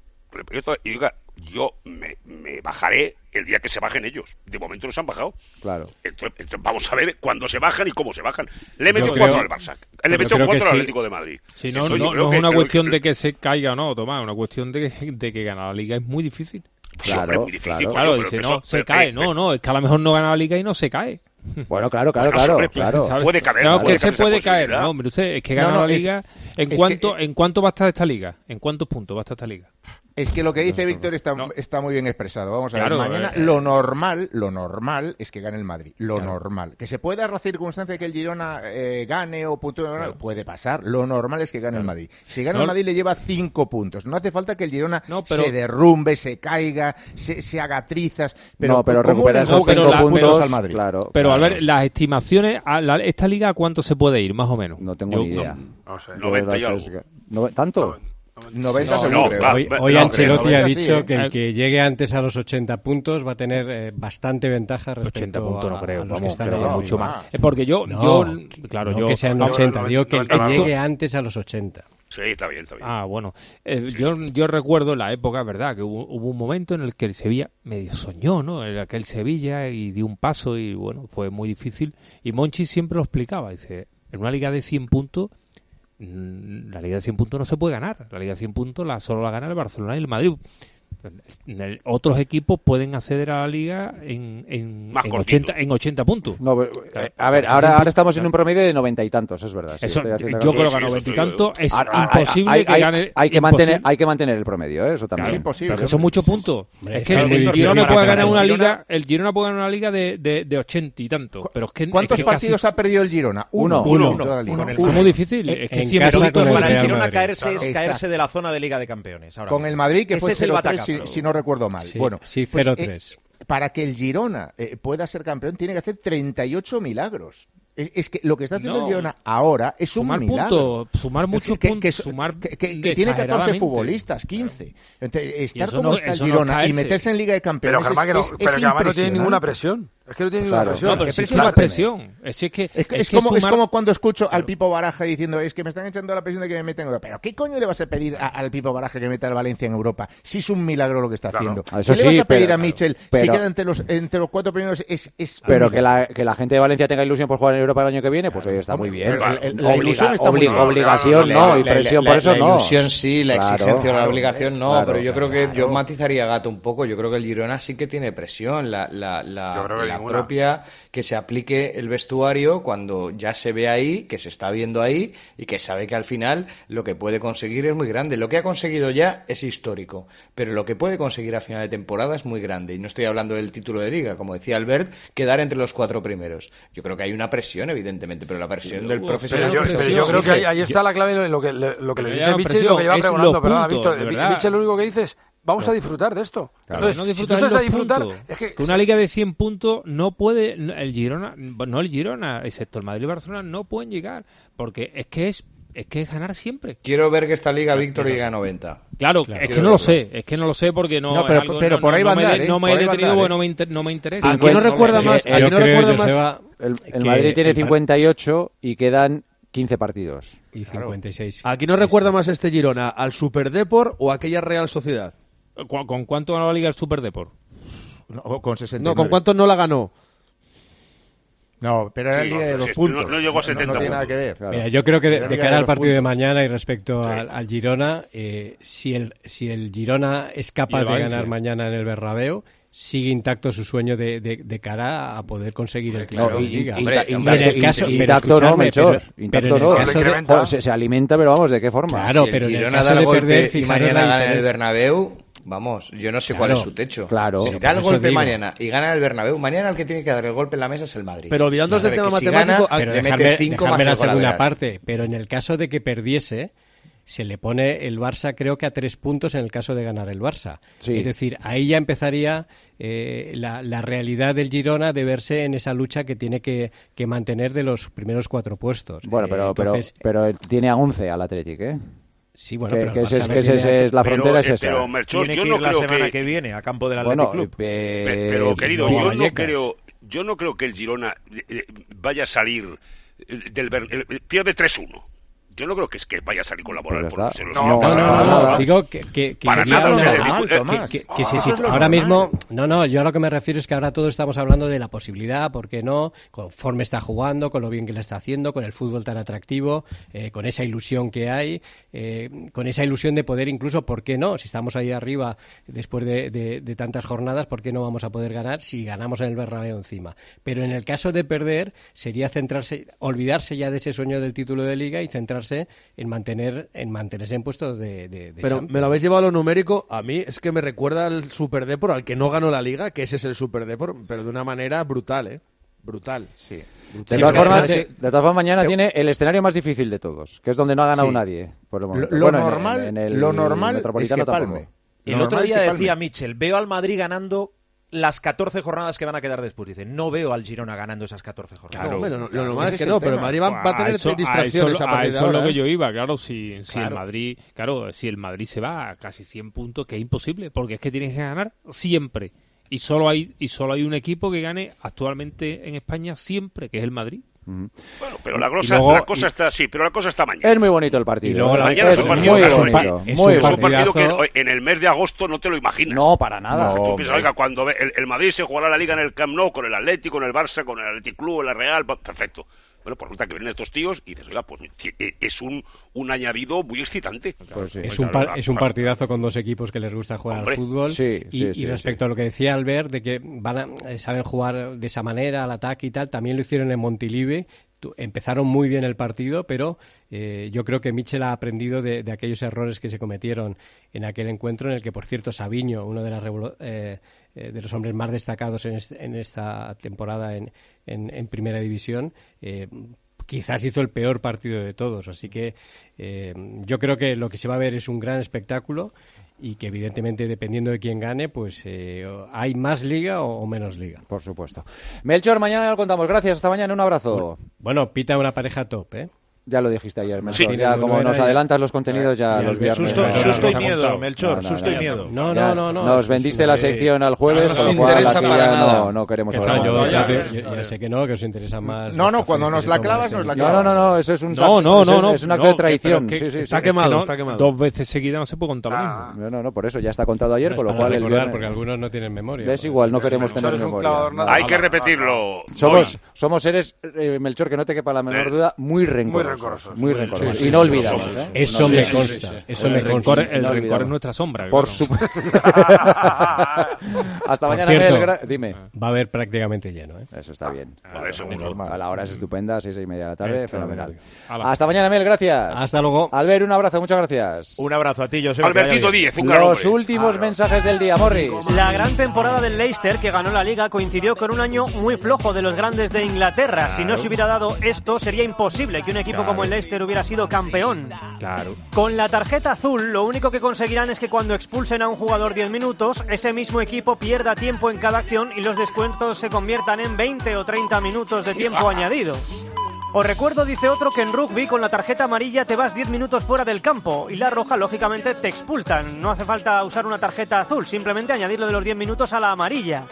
S5: Esto- Y diga, yo me, me bajaré el día que se bajen ellos. De momento no se han bajado.
S4: Claro.
S5: Entonces, entonces vamos a ver cuándo se bajan y cómo se bajan. Le
S6: Yo
S5: metió
S6: creo-
S5: cuatro al Barça. Le
S6: yo
S5: metió
S6: creo que
S5: cuatro al
S6: sí.
S5: Atlético de Madrid.
S6: Sí, no,
S5: Entonces, yo
S6: no,
S5: creo
S6: no
S5: que-
S6: es una
S5: creo que-
S6: cuestión de que se caiga o no, Tomás, es una cuestión de que, de que ganar la liga es muy difícil.
S5: Sí, hombre, Claro, muy difícil, claro. coño, pero
S6: dice,
S5: que
S6: no,
S5: eso-
S6: se
S5: pero-
S6: cae,
S5: eh,
S6: no, no, es que a lo mejor no gana la liga y no se cae.
S4: Bueno, claro, claro, Bueno, claro, hombre, claro.
S6: pues, ¿Sabes?
S4: puede caber,
S6: No,
S4: puede
S6: que se
S4: caber esa
S6: puede caer,
S4: posibilidad.
S6: no, hombre, usted, es que
S4: No,
S6: gana
S4: no,
S6: la
S4: es-
S6: liga. ¿En,
S4: es que-
S6: cuánto, ¿En cuánto va a estar esta liga? ¿En cuántos puntos va a estar esta liga?
S7: Es que lo que dice Víctor está, está muy bien expresado. Vamos a
S6: Claro,
S7: ver, mañana
S6: eh.
S7: lo normal, lo normal es que gane el Madrid. Lo normal. Que se puede dar la circunstancia de que el Girona eh, gane o puntúe, puede pasar. Lo normal es que gane el Madrid. Si gana el
S6: No.
S7: Madrid le lleva cinco puntos. No hace falta que el Girona
S6: pero-
S7: se derrumbe, se caiga, se, se haga trizas. Pero,
S4: No, pero
S7: ¿cómo
S4: recuperar
S7: le
S4: esos
S7: juegas
S4: cinco
S7: los
S4: puntos,
S7: al Madrid?
S4: claro.
S6: Pero a ver, las estimaciones, a la- ¿esta liga a cuánto se puede ir, más o menos? No
S4: tengo ni idea.
S10: No sé.
S4: Yo
S5: 90 y
S4: de las tres que- ¿No- ¿Tanto?
S7: 90 seguro, creo.
S6: Ah,
S15: hoy hoy
S7: No,
S15: Ancelotti
S7: creo.
S15: ha
S7: 90 sí,
S15: dicho
S7: ¿eh?
S15: que el que llegue antes a los 80 puntos va a tener eh, bastante ventaja respecto
S6: 80 puntos
S15: a,
S6: no creo,
S15: a los que
S6: vamos,
S15: están
S6: creo
S15: ahí
S6: que
S15: arriba.
S6: mucho más. Es porque yo-
S15: No,
S6: yo- claro,
S15: no
S6: yo-
S15: que sean
S6: no,
S15: 80,
S6: no,
S15: digo que el que
S6: 90, no.
S15: llegue antes a los 80.
S5: Sí, está bien, está bien.
S6: Ah, bueno. Eh, yo, yo recuerdo la época, ¿verdad? Que hubo, hubo un momento en el que el Sevilla medio soñó, ¿no? En aquel Sevilla y dio un paso y, bueno, fue muy difícil. Y Monchi siempre lo explicaba. Dice, en una liga de 100 puntos, mm, la liga de 100 puntos no se puede ganar. La liga de 100 puntos la, solo la gana el Barcelona y el Madrid. En el- otros equipos pueden acceder a la liga en, en,
S4: Más
S6: en
S4: cortito.
S6: 80, en 80 puntos.
S4: No, pero, eh, a ver, ahora, ahora estamos en un promedio de noventa y tantos, es verdad. sí,
S6: Eso,
S4: estoy haciendo
S6: yo creo
S4: cálculos.
S6: que a noventa y tanto es
S4: Ahora, ahora,
S6: imposible
S4: ah, hay-
S6: que
S4: hay-
S6: gane.
S4: Hay que
S6: imposible.
S4: mantener, hay que mantener el promedio, ¿eh? eso también.
S6: Claro, Pero que son muchos puntos.
S4: Hombre,
S6: es que
S4: es
S6: el
S4: muy difícil
S6: Girona
S4: para
S6: puede
S4: ganar
S6: ganar
S4: el
S6: una
S4: Girona.
S6: liga, el Girona puede ganar una liga de, de, de 80 y tanto. Pero es que,
S7: ¿Cuántos
S6: es que
S7: partidos
S6: casi-
S7: ha perdido el Girona? Uno.
S6: Uno.
S7: en toda la liga.
S6: Uno. Es muy difícil.
S7: En-
S6: Es que
S7: en
S6: siempre
S7: casa
S6: son
S7: con el
S6: todos
S7: Real
S14: Para el
S7: Madrid.
S14: Girona caerse es
S7: Exacto.
S14: caerse de la zona de Liga de Campeones. ahora
S7: con
S14: mismo.
S7: el Madrid, que
S14: Ese
S7: fue
S14: es el
S7: 0-3,
S14: batacazo.
S7: si, si no recuerdo mal.
S15: Sí,
S7: bueno,
S15: sí,
S7: pues,
S15: 0-3.
S7: eh, para que el Girona eh, pueda ser campeón, tiene que hacer 38 milagros. Es, es que lo que está haciendo
S6: No.
S7: el Girona ahora es
S6: Sumar
S7: un milagro.
S6: puntos, sumar
S7: Es
S6: muchos
S7: que- que-
S6: puntos,
S7: que-
S6: sumar
S7: que- que- que tiene 14
S6: exageradamente.
S7: futbolistas, 15. Entonces, estar
S6: eso
S7: como
S6: no-
S7: está el
S6: eso no
S7: Girona
S6: caerse.
S7: y meterse en Liga de Campeones
S6: Pero, Germán,
S7: es,
S6: que no-
S7: es-
S6: pero
S7: es
S6: que además
S10: no tiene ninguna
S7: impresionante.
S10: presión. Es que no tiene
S7: Claro.
S10: ninguna presión.
S7: No, pero
S10: Es
S7: sí
S10: que
S7: que va a tener.
S6: Es que,
S7: Es, que- es como, es como cuando escucho al Pipo Baraja diciendo es que me están echando la presión de que me meta en Europa. Pero ¿qué coño le vas a pedir a- al Pipo Baraja que meta al Valencia en Europa? Si es un milagro lo que está haciendo.
S4: Ah, eso
S7: ¿Qué
S4: sí,
S7: le vas a pedir
S4: pero-
S7: a Mitchell si
S4: pero-
S7: queda entre los, entre los cuatro primeros? Es, es
S4: Pero
S7: un
S4: que la, que la gente de Valencia tenga ilusión por jugar en Europa el año que viene, pues oye, está muy bien.
S7: pero
S4: El- el-
S7: la
S4: obliga-
S7: ilusión está muy
S4: obli-
S7: bien.
S4: obligación
S8: La-
S4: no, y
S8: la-
S4: presión
S8: la-
S4: por eso
S8: la
S4: no.
S8: ilusión sí, la
S4: Claro.
S8: exigencia o la
S4: Claro,
S8: obligación no,
S4: claro,
S8: pero yo creo que yo matizaría a Gato un poco. Yo creo que el Girona sí que tiene presión, la, la, la-
S16: Yo creo que
S8: la
S16: ninguna.
S8: propia que se aplique el vestuario cuando ya se ve ahí, que se está viendo ahí y que sabe que al final lo que puede conseguir es muy grande. Lo que ha conseguido ya es histórico, pero lo que puede conseguir a final de temporada es muy grande. Y no estoy hablando del título de liga, como decía Albert, quedar entre los cuatro primeros. Yo creo que hay una presión, evidentemente, pero la presión del
S10: Pero
S8: profesional.
S10: yo-
S8: que
S10: uh, pero
S8: se
S10: yo creo que ahí,
S8: exige.
S10: ahí está la clave en lo que le, lo que le
S8: Pero
S10: dice
S8: ya,
S10: Mitchell y lo que lleva
S8: presión, es
S10: preguntando.
S8: los
S10: Perdona,
S8: puntos,
S10: Víctor.
S8: de verdad.
S10: Mitchell lo único que dice es, vamos a
S6: Claro.
S10: disfrutar de esto.
S6: Claro,
S10: Entonces,
S6: no
S10: si
S6: disfrutar
S10: tú sabes
S6: los
S10: a disfrutar,
S6: puntos.
S10: es que...
S6: que una liga de 100 puntos no puede el Girona no el Girona excepto el Madrid y Barcelona no pueden llegar porque es que es es que es ganar siempre
S8: Quiero ver que esta liga,
S6: Claro,
S8: Víctor,
S6: eso
S8: llega a
S6: sí.
S8: 90.
S6: Claro, es que no lo sé, es que no lo sé porque no.
S8: No,
S6: es
S8: pero-
S6: algo-
S8: pero
S6: no-
S8: por
S6: no-
S8: ahí
S6: no
S8: va a
S6: me
S8: andar,
S6: de-
S8: ¿eh?
S6: no me
S8: Por
S6: he
S8: ahí va a
S6: detenido
S8: andar,
S6: porque
S8: ¿eh?
S6: no me, inter- no me interesa.
S7: Ah,
S15: Pues,
S4: ¿A quién no recuerda más-
S15: eh,
S4: a quién no recuerda más-
S15: el,
S4: El Madrid tiene 58 y quedan 15 partidos.
S15: Y 56.
S9: Aquí no recuerda más este Girona, al Super Depor o a aquella Real Sociedad.
S6: ¿Con, con cuánto ganó la Liga el Super Deport?
S7: No, con 69.
S9: No, ¿con cuánto no la ganó?
S7: No, pero era
S9: Sí,
S7: liga
S9: no,
S7: de
S9: sí,
S7: dos
S9: no-
S7: puntos.
S9: no llegó a
S7: No,
S9: 70
S7: tiene nada que
S9: puntos.
S7: ver. claro.
S15: Mira, yo creo que de,
S7: Era
S15: de
S7: liga
S15: cara
S7: de
S15: al
S7: dos
S15: partido de
S7: puntos.
S15: mañana y respecto al, al Girona, eh, si, el, si el Girona es
S6: Y
S15: capaz
S6: el
S15: de
S6: Valencia.
S15: ganar mañana en el Berrabeo, sigue intacto su sueño de, de- de cara a poder conseguir el
S4: No,
S15: claro.
S4: y- y-
S15: Hombre,
S4: y-
S15: hombre, en el
S4: y-
S15: caso-
S4: y-
S15: pero
S4: Intacto no,
S15: escuchadme,
S4: Melchor.
S15: pero- pero en
S4: Intacto
S15: el
S4: no.
S15: caso de-
S4: Joder, Se se alimenta, pero vamos, ¿de qué forma?
S15: Claro,
S8: si
S15: pero
S8: el
S15: en el
S8: Girona
S15: caso
S8: da el
S15: de
S8: golpe
S15: perder,
S8: y
S15: fijaros
S8: mañana
S15: la
S8: gana el
S15: diferencia.
S8: Bernabéu, vamos, yo no sé cuál
S15: Claro,
S8: es su techo.
S15: claro.
S8: Si
S15: Por
S8: da el
S15: eso
S8: golpe
S15: digo.
S8: mañana y gana el Bernabéu, mañana el que tiene que dar el golpe en la mesa es el Madrid.
S9: Pero olvidándonos
S8: Sabe
S9: del
S8: que
S9: tema
S8: si
S9: matemático,
S10: ah,
S8: gana,
S15: pero
S8: le
S15: dejarme,
S8: mete 5
S15: dejarme
S8: más el
S15: la
S8: gol a
S15: segunda
S8: Veras.
S15: parte. Pero en el caso de que perdiese, se le pone el Barça, creo que a tres puntos en el caso de ganar el Barça.
S4: Sí.
S15: Es decir, ahí ya empezaría eh, la, la realidad del Girona de verse en esa lucha que tiene que, que mantener de los primeros cuatro puestos.
S4: Bueno,
S15: Eh,
S4: pero, pero,
S15: entonces,
S4: pero tiene a 11 al Athletic, ¿eh?
S15: Sí, bueno,
S4: que,
S15: pero
S4: que
S15: el
S4: ese-
S15: Barça no
S4: que ese-
S15: tiene-
S4: es- la
S15: Pero,
S4: frontera
S15: eh,
S4: es esa.
S5: pero, Melchor,
S4: Tiene
S5: yo
S4: que
S5: no
S4: ir la
S5: creo
S4: semana
S5: que...
S4: que viene al campo del
S5: Bueno,
S4: Athletic Club.
S5: pe-
S14: Eh,
S5: pero, querido,
S4: no,
S5: yo no
S4: Vallecas.
S5: creo, yo no creo que el Girona eh, eh, vaya a salir eh, del Ber- eh, eh, pierde 3-1. Yo no creo que es que vaya a salir con la moral
S15: Pues
S5: por
S15: ya
S5: el
S15: está.
S5: suelo.
S15: No, no,
S5: pasa
S15: no,
S5: nada.
S15: no, digo que, que- que
S5: Para
S15: yo
S5: nada
S15: digo
S5: se
S15: que-
S5: discute.
S15: que-
S5: Tomás.
S15: que- que sí,
S5: Eso
S15: sí,
S5: es lo
S15: ahora
S5: normal.
S15: mismo, no, no, yo a lo que me refiero es que ahora todos estamos hablando de la posibilidad, por qué no, conforme está jugando, con lo bien que la está haciendo, con el fútbol tan atractivo, eh, con esa ilusión que hay, eh, con esa ilusión de poder incluso, por qué no, si estamos ahí arriba después de, de- de tantas jornadas, por qué no vamos a poder ganar si ganamos en el Bernabéu encima. Pero en el caso de perder, sería centrarse, olvidarse ya de ese sueño del título de liga y centrarse en mantener, en mantenerse en puestos de, de, de
S9: Pero
S15: Champions.
S9: me lo habéis llevado a lo numérico. A mí es que me recuerda al Super Depor, al que no ganó la liga, que ese es el Super Depor, pero de una manera brutal, ¿eh? Brutal.
S7: Sí.
S4: De todas, formas,
S9: eh,
S4: de todas formas, mañana
S15: eh,
S4: tiene el escenario más difícil de todos, que es donde no ha ganado
S7: Sí.
S4: nadie. Por el
S7: Lo-
S4: momento.
S7: lo
S4: Bueno, en-
S7: normal,
S4: en el
S7: lo normal es
S4: Metropolitano
S7: que
S4: tampoco.
S7: palme. El
S4: Lo normal
S7: otro
S4: es
S7: día
S4: que palme.
S7: decía Mitchell, veo al Madrid ganando las 14 jornadas que van a quedar después. Dice, no veo al Girona ganando esas 14 jornadas.
S9: Claro. No, hombre, lo- lo
S7: Claro,
S9: normal
S7: ese
S9: es que
S7: el
S9: no, pero
S7: tema.
S9: Madrid va- va a tener
S6: eso-
S9: tres distracciones
S6: eso,
S9: a partir de
S6: eso es
S9: ahora,
S6: lo
S9: ¿eh?
S6: que yo iba, claro, si, si el
S9: Claro.
S6: Madrid, claro, si el Madrid se va a casi 100 puntos, que es imposible, porque es que tienes que ganar siempre. Y solo hay y solo hay un equipo que gane actualmente en España siempre, que es el Madrid.
S5: Bueno, pero la, grosa-
S6: Y luego-
S5: la cosa está sí, pero la cosa está mañana.
S4: Es muy bonito el partido.
S5: Y luego la-
S4: Mañana es
S5: es un
S4: muy
S5: partido
S4: bonito.
S5: caro,
S4: muy
S5: es un
S4: bonito.
S5: partido que en el mes de agosto no te lo imaginas.
S4: No, para nada.
S5: Tú
S4: No,
S5: piensas,
S4: hombre.
S5: oiga, cuando ve- el, el Madrid se jugará la liga en el Camp Nou con el Atlético, con el Barça, con el Athletic Club, la Real, pa- perfecto. Bueno, pues resulta que vienen estos tíos y dices, oiga, pues ti- eh, es un, un añadido muy excitante.
S15: Es un,
S5: Claro,
S15: par-
S5: Pues la-
S15: es un partidazo con dos equipos que les gusta jugar
S5: Hombre.
S15: al fútbol.
S4: Sí,
S15: y,
S4: sí,
S15: y
S4: sí,
S15: respecto a lo que decía Albert, de que van a- eh, saben jugar de esa manera, al ataque y tal, también lo hicieron en Montilive. Tu- Empezaron muy bien el partido, pero eh, yo creo que Michel ha aprendido de, de aquellos errores que se cometieron en aquel encuentro, en el que, por cierto, Sabiño, uno de, las revolu- eh, eh, de los hombres más destacados en, este- en esta temporada en, en- en Primera División, eh, quizás hizo el peor partido de todos. Así que eh, yo creo que lo que se va a ver es un gran espectáculo y que evidentemente dependiendo de quién gane, pues eh, o- hay más liga o, o menos liga.
S4: Por supuesto. Melchor, mañana lo contamos. Gracias, hasta mañana. Un abrazo.
S15: Bueno, pita una pareja top, ¿eh?
S4: Ya lo dijiste ayer, Melchor.
S15: Sí.
S4: Ya, como
S15: Bueno,
S4: nos
S15: y-
S4: adelantas los contenidos, ya
S15: Y el
S4: los viernes.
S15: susto-
S4: ya
S15: susto y
S4: nos ha
S15: miedo,
S4: contado.
S15: Melchor, susto y miedo. No, no,
S4: Ya
S15: no, no.
S4: Nos vendiste la sección al jueves,
S15: No
S4: con
S15: nos
S4: lo cual
S15: interesa
S4: aquí
S15: para
S4: ya
S15: nada.
S4: no, no queremos
S15: Que
S4: hablar.
S15: no, yo, ya, te- yo- ya sé que no, que os interesa más.
S7: No,
S15: los
S7: no,
S15: cafés
S7: cuando
S15: que
S7: nos
S15: se
S7: la
S15: toman
S7: clavas,
S15: este
S7: nos la
S15: tipo.
S7: clavas.
S4: No, no, no, eso es un
S6: No,
S4: acto-
S6: no,
S4: eso
S6: no,
S4: es-
S6: no.
S4: es un acto de
S6: No, que- pero
S4: traición.
S6: que-
S4: Sí, sí,
S6: está
S4: sí.
S6: quemado, está quemado. Dos veces seguidas no se puede contar lo
S4: Ah. No, no, no, por eso ya está contado ayer,
S15: No
S4: con
S15: es
S4: lo
S15: para
S4: cual el
S15: recordar,
S4: viernes-
S15: porque algunos no tienen memoria,
S4: Es
S15: pues.
S4: igual, no queremos
S15: Melchor
S4: tener
S15: es un
S4: memoria.
S15: clavador
S4: No.
S5: Hay que repetirlo.
S4: Somos, somos seres, eh, Melchor, que no te quepa la menor duda, muy rencorosos.
S5: Eh, rencorosos.
S4: Muy
S5: Muy
S4: rencorosos.
S5: rencorosos.
S4: y no
S5: Sí, sí,
S4: olvidamos.
S5: sí,
S4: ¿eh?
S5: sí.
S15: Eso
S4: No
S15: me
S4: olvidamos.
S15: consta, eso El me rencor- consta. el
S4: No
S15: rencor
S4: olvidamos.
S15: es nuestra sombra,
S4: Por
S15: claro.
S4: supuesto. Hasta
S15: Por
S4: mañana,
S15: cierto,
S4: Mel, gra- Dime.
S6: Ah.
S15: Va a haber prácticamente lleno, ¿eh?
S4: Eso está bien.
S15: Informal.
S4: A la hora es estupenda, seis y media de la tarde,
S15: Extraordinario.
S4: fenomenal.
S10: Ah,
S4: Hasta mañana, Mel, gracias. Hasta
S15: luego.
S4: Albert, un abrazo, muchas gracias.
S14: Un abrazo a ti, José.
S4: Albertito Díez, un gran Los hombre. últimos
S14: Ah,
S4: mensajes del día, Morris.
S12: La gran temporada del Leicester que ganó la liga coincidió con un año muy flojo de los grandes de Inglaterra. Si no
S6: Claro.
S12: se hubiera dado esto, sería imposible que un equipo
S6: Claro.
S12: como el Leicester hubiera sido campeón.
S6: Claro.
S12: Con la tarjeta azul, lo único que conseguirán es que cuando expulsen a un jugador 10 minutos, ese mismo equipo pierda tiempo en cada acción y los descuentos se conviertan en 20 o 30 minutos de tiempo añadido. Os recuerdo, dice otro, que en rugby con la tarjeta amarilla te vas 10 minutos fuera del campo y la roja, lógicamente, te expultan. No hace falta usar una tarjeta azul, simplemente añadirlo de los 10 minutos a la amarilla.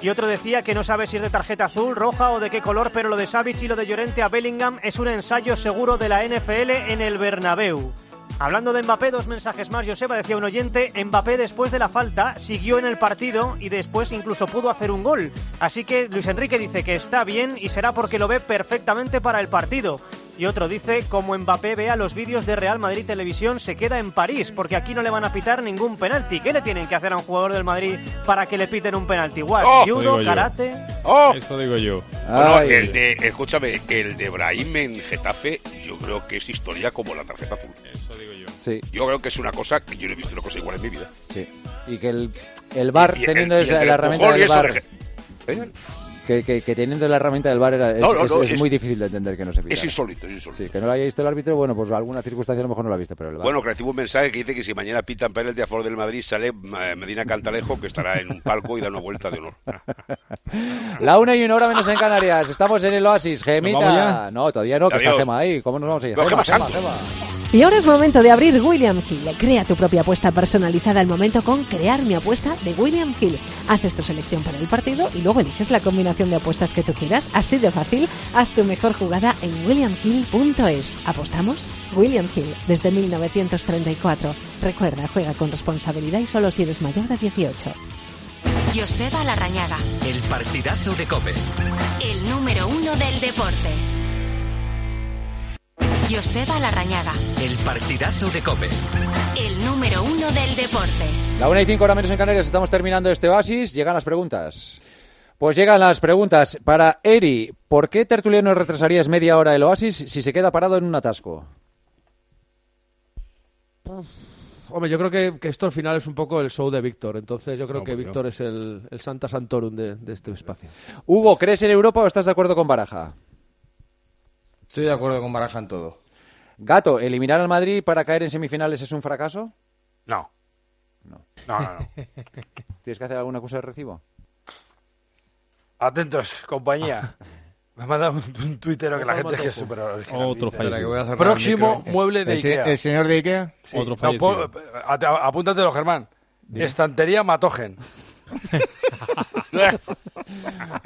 S12: Y otro decía que no sabe si es de tarjeta azul, roja o de qué color, pero lo de Savic y lo de Llorente a Bellingham es un ensayo seguro de la NFL en el Bernabéu. Hablando de Mbappé, dos mensajes más. Joseba decía un oyente, Mbappé después de la falta siguió en el partido y después incluso pudo hacer un gol. Así que Luis Enrique dice que está bien y será porque lo ve perfectamente para el partido. Y otro dice, como Mbappé vea los vídeos de Real Madrid Televisión, se queda en París, porque aquí no le van a pitar ningún penalti. ¿Qué le tienen que hacer a un jugador del Madrid para que le piten un penalti? Guas,
S5: Oh,
S12: judo,
S5: digo yo.
S12: karate...
S10: ¡Oh!
S6: Eso digo yo.
S4: Ah,
S5: Bueno,
S6: Ay.
S10: eh,
S5: el de, escúchame, el de Brahim en Getafe, yo creo que es historia como la tarjeta azul. Eso digo yo.
S4: Sí.
S5: Yo creo que es una cosa que yo no he visto una cosa igual en mi vida.
S4: Sí. Y que el, el bar,
S5: Y- y el-
S4: teniendo
S5: y
S4: esa-
S5: el
S4: la herramienta
S5: empujón y
S4: del
S5: eso
S4: bar.
S5: de que- ¿Eh?
S4: Que, que- que teniendo la herramienta del bar era- es,
S5: No, no, no,
S4: es- es
S5: es-
S4: muy difícil de entender que no se pita.
S5: Es insólito, es insólito.
S4: Sí, que no lo haya visto el árbitro, bueno, pues alguna circunstancia a lo mejor no lo ha visto, pero el bar.
S5: Bueno, que recibo un mensaje que dice que si mañana pitan penalti a favor del Madrid sale eh, Medina Cantalejo que estará en un palco y da una vuelta de honor.
S4: La una y una hora menos en Canarias. Estamos en el Oasis.
S5: ¿Nos
S4: Gemita.
S5: vamos ya?
S4: No, todavía no, que está
S5: Adiós.
S4: Gema ahí. ¿Cómo nos vamos a ir?
S5: No, Gema
S4: Gema,
S5: Santos.
S4: Gema.
S16: Y ahora es momento de abrir William Hill. Crea tu propia apuesta personalizada al momento con Crear mi apuesta de William Hill. Haces tu selección para el partido y luego eliges la combinación de apuestas que tú quieras. Así de fácil, haz tu mejor jugada en williamhill.es. ¿Apostamos? William Hill, desde 1934. Recuerda, juega con responsabilidad y solo si eres mayor de 18.
S1: Joseba Larrañaga,
S17: El partidazo de Cope.
S1: el número uno del deporte. Joseba Larrañaga,
S17: El partidazo de Cope.
S1: el número uno del deporte.
S4: La una y cinco hora menos en Canarias. Estamos terminando este Oasis. Llegan las preguntas. Pues llegan las preguntas. Para Eri, ¿por qué Tertuliano retrasarías media hora el Oasis si se queda parado en un atasco?
S9: Hombre, yo creo que, que esto al final es un poco el show de Víctor. Entonces yo creo que Víctor es el, el Santa Santorum de, de este espacio.
S4: Hugo, ¿crees en Europa o estás de acuerdo con Baraja?
S8: Estoy de acuerdo con Baraja en todo.
S4: Gato, ¿eliminar al Madrid para caer en semifinales es un fracaso?
S5: No.
S10: No, no, no.
S4: ¿Tienes que hacer alguna cosa de recibo?
S10: Atentos, compañía. Me ha mandado un, un tuitero que la gente es que es súper original.
S7: Otro
S10: Dice,
S7: fallo. Espera, que voy a cerrar el
S10: Próximo
S7: micro, ¿eh?
S10: mueble de
S7: ¿El se-
S10: Ikea.
S7: el señor de Ikea? Otro
S10: No,
S7: fallecido.
S10: po- a- a- apúntatelo, Germán. Estantería Matogen.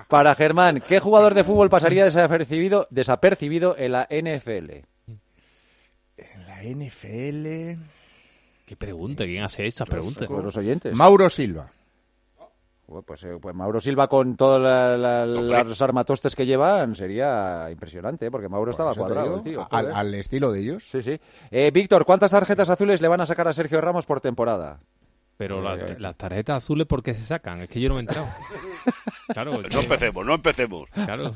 S4: Para Germán, ¿qué jugador de fútbol pasaría desapercibido, desapercibido en la NFL?
S7: La NFL.
S6: ¿Qué pregunta? ¿Quién hace estas preguntas?
S4: Pues los oyentes.
S7: Mauro Silva.
S4: Joder, Pues, eh, pues Mauro Silva con todos los armatostes que llevan sería impresionante, ¿eh? porque
S6: Pues
S4: Mauro estaba
S7: eso te
S4: cuadrado,
S7: digo,
S4: el tío.
S7: al-
S4: joder.
S7: al estilo de ellos.
S4: Sí, sí. Eh, Víctor, ¿cuántas tarjetas azules le van a sacar a Sergio Ramos por temporada? Eh,
S6: Pero las, las tarjetas azules, ¿por qué se sacan? Es que yo no me he entrado. Claro,
S5: Pues No empecemos, no empecemos.
S6: Claro.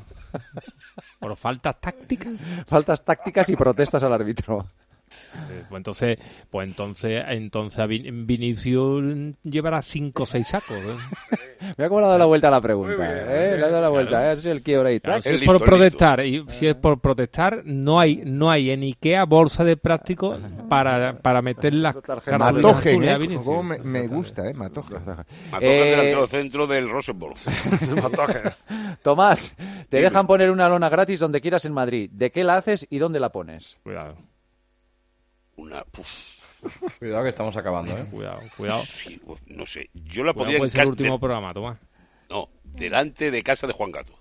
S6: Por faltas tácticas.
S4: Faltas tácticas y protestas al árbitro.
S6: Eh, Pues entonces, pues entonces, entonces a Vin- Vinicius llevará cinco o seis sacos. ¿eh?
S4: Mira cómo le ha dado la vuelta a la pregunta.
S6: Muy bien,
S4: ¿eh? Le ha dado la vuelta. ¿eh? Ha sido el quiebra ahí.
S6: Claro,
S4: tac.
S6: si es por protestar, y si
S10: Ah.
S6: es por protestar, no hay, no hay en Ikea bolsa de plástico
S10: Ah.
S6: para, para meter las cartulinas
S7: Matogen,
S6: azules a
S7: eh,
S6: Vinicius.
S7: cómo me, me gusta, eh, Matogen.
S5: Matogen
S4: Eh,
S5: delantero centro del Rosenborg. Matogen.
S4: Tomás, te
S5: Dime.
S4: dejan poner una lona gratis donde quieras en Madrid. ¿De qué la haces y dónde la pones?
S6: Cuidado.
S5: Una, puf,
S8: Cuidado que estamos acabando, ¿eh?
S6: Cuidado, cuidado.
S5: sí, pues, no sé. Yo la
S6: Cuidado,
S5: podría
S6: puede
S5: en
S6: ser el
S5: casa-
S6: último
S5: de-
S6: programa, Tomás.
S5: No, delante de casa de Juan Gato.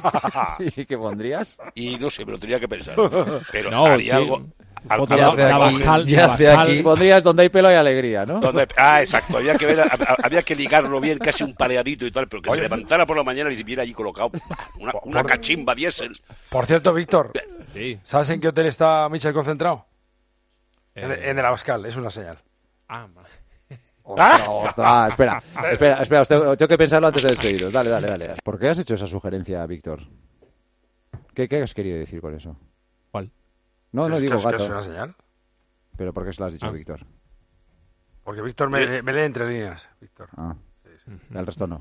S4: ¿Y qué pondrías?
S5: Y no sé, pero tenía que pensar. Pero
S6: No,
S5: haría
S6: sí.
S5: algo.
S6: Foto
S5: algo-
S6: de Abascal, de Abascal.
S4: Pondrías donde hay pelo y alegría, ¿no?
S5: Donde- ah, exacto. Había que, ver, a- a- había que ligarlo bien, casi un pareadito y tal, pero que se levantara por la mañana y viera allí colocado una, una
S10: por-
S5: cachimba diésel.
S10: Por cierto, Víctor,
S6: Sí.
S10: ¿sabes en qué hotel está Michel concentrado? En, en el Abascal, es una señal.
S6: Ah,
S5: ¿Ah?
S4: Ostras, ah, espera, espera, espera, os tengo, tengo que pensarlo antes de despediros. Dale, dale, dale. ¿Por qué has hecho esa sugerencia, Víctor? ¿Qué, qué has querido decir con eso?
S6: ¿Cuál?
S4: No, no
S10: Es que-
S4: digo
S10: es que Es una
S4: gato.
S10: señal.
S4: Pero ¿por qué se lo has
S6: Ah.
S4: dicho, Víctor?
S10: Porque Víctor me, me lee entre líneas. Víctor.
S4: Ah. El resto no.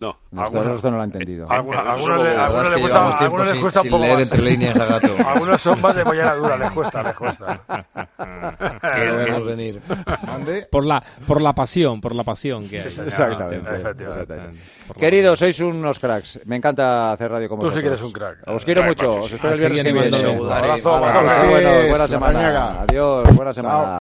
S5: No, Eh,
S4: El resto,
S10: alguna-
S4: el resto no lo ha entendido.
S10: Eh, Alguna-
S5: Pero
S10: algunos
S5: solo-
S10: le,
S5: la
S10: algunos
S5: verdad es
S10: le
S5: que
S10: cuesta,
S5: llevamos tiempo
S10: algunos les
S5: sin-
S10: cuesta un
S5: sin
S10: poco
S5: leer
S10: más.
S5: entre líneas a gato.
S10: algunos son más de bollera dura, les cuesta, les cuesta.
S8: Debemos venir.
S6: Por la, por la pasión, por la pasión que hay.
S4: Exactamente.
S6: Efectivamente.
S4: exactamente. Queridos, sois unos cracks. Me encanta hacer radio como
S10: Tú sí
S4: vosotros.
S10: que eres un crack.
S4: Os quiero
S10: Crack,
S4: mucho.
S10: macho,
S4: Os
S10: sí.
S4: espero el
S10: Así
S4: viernes
S10: que
S4: que viene.
S10: mandando un abrazo,
S4: Hola,
S10: abrazo.
S4: bueno, buena
S10: Gracias,
S4: semana.
S10: Larrañaga.
S4: Adiós. Buena semana.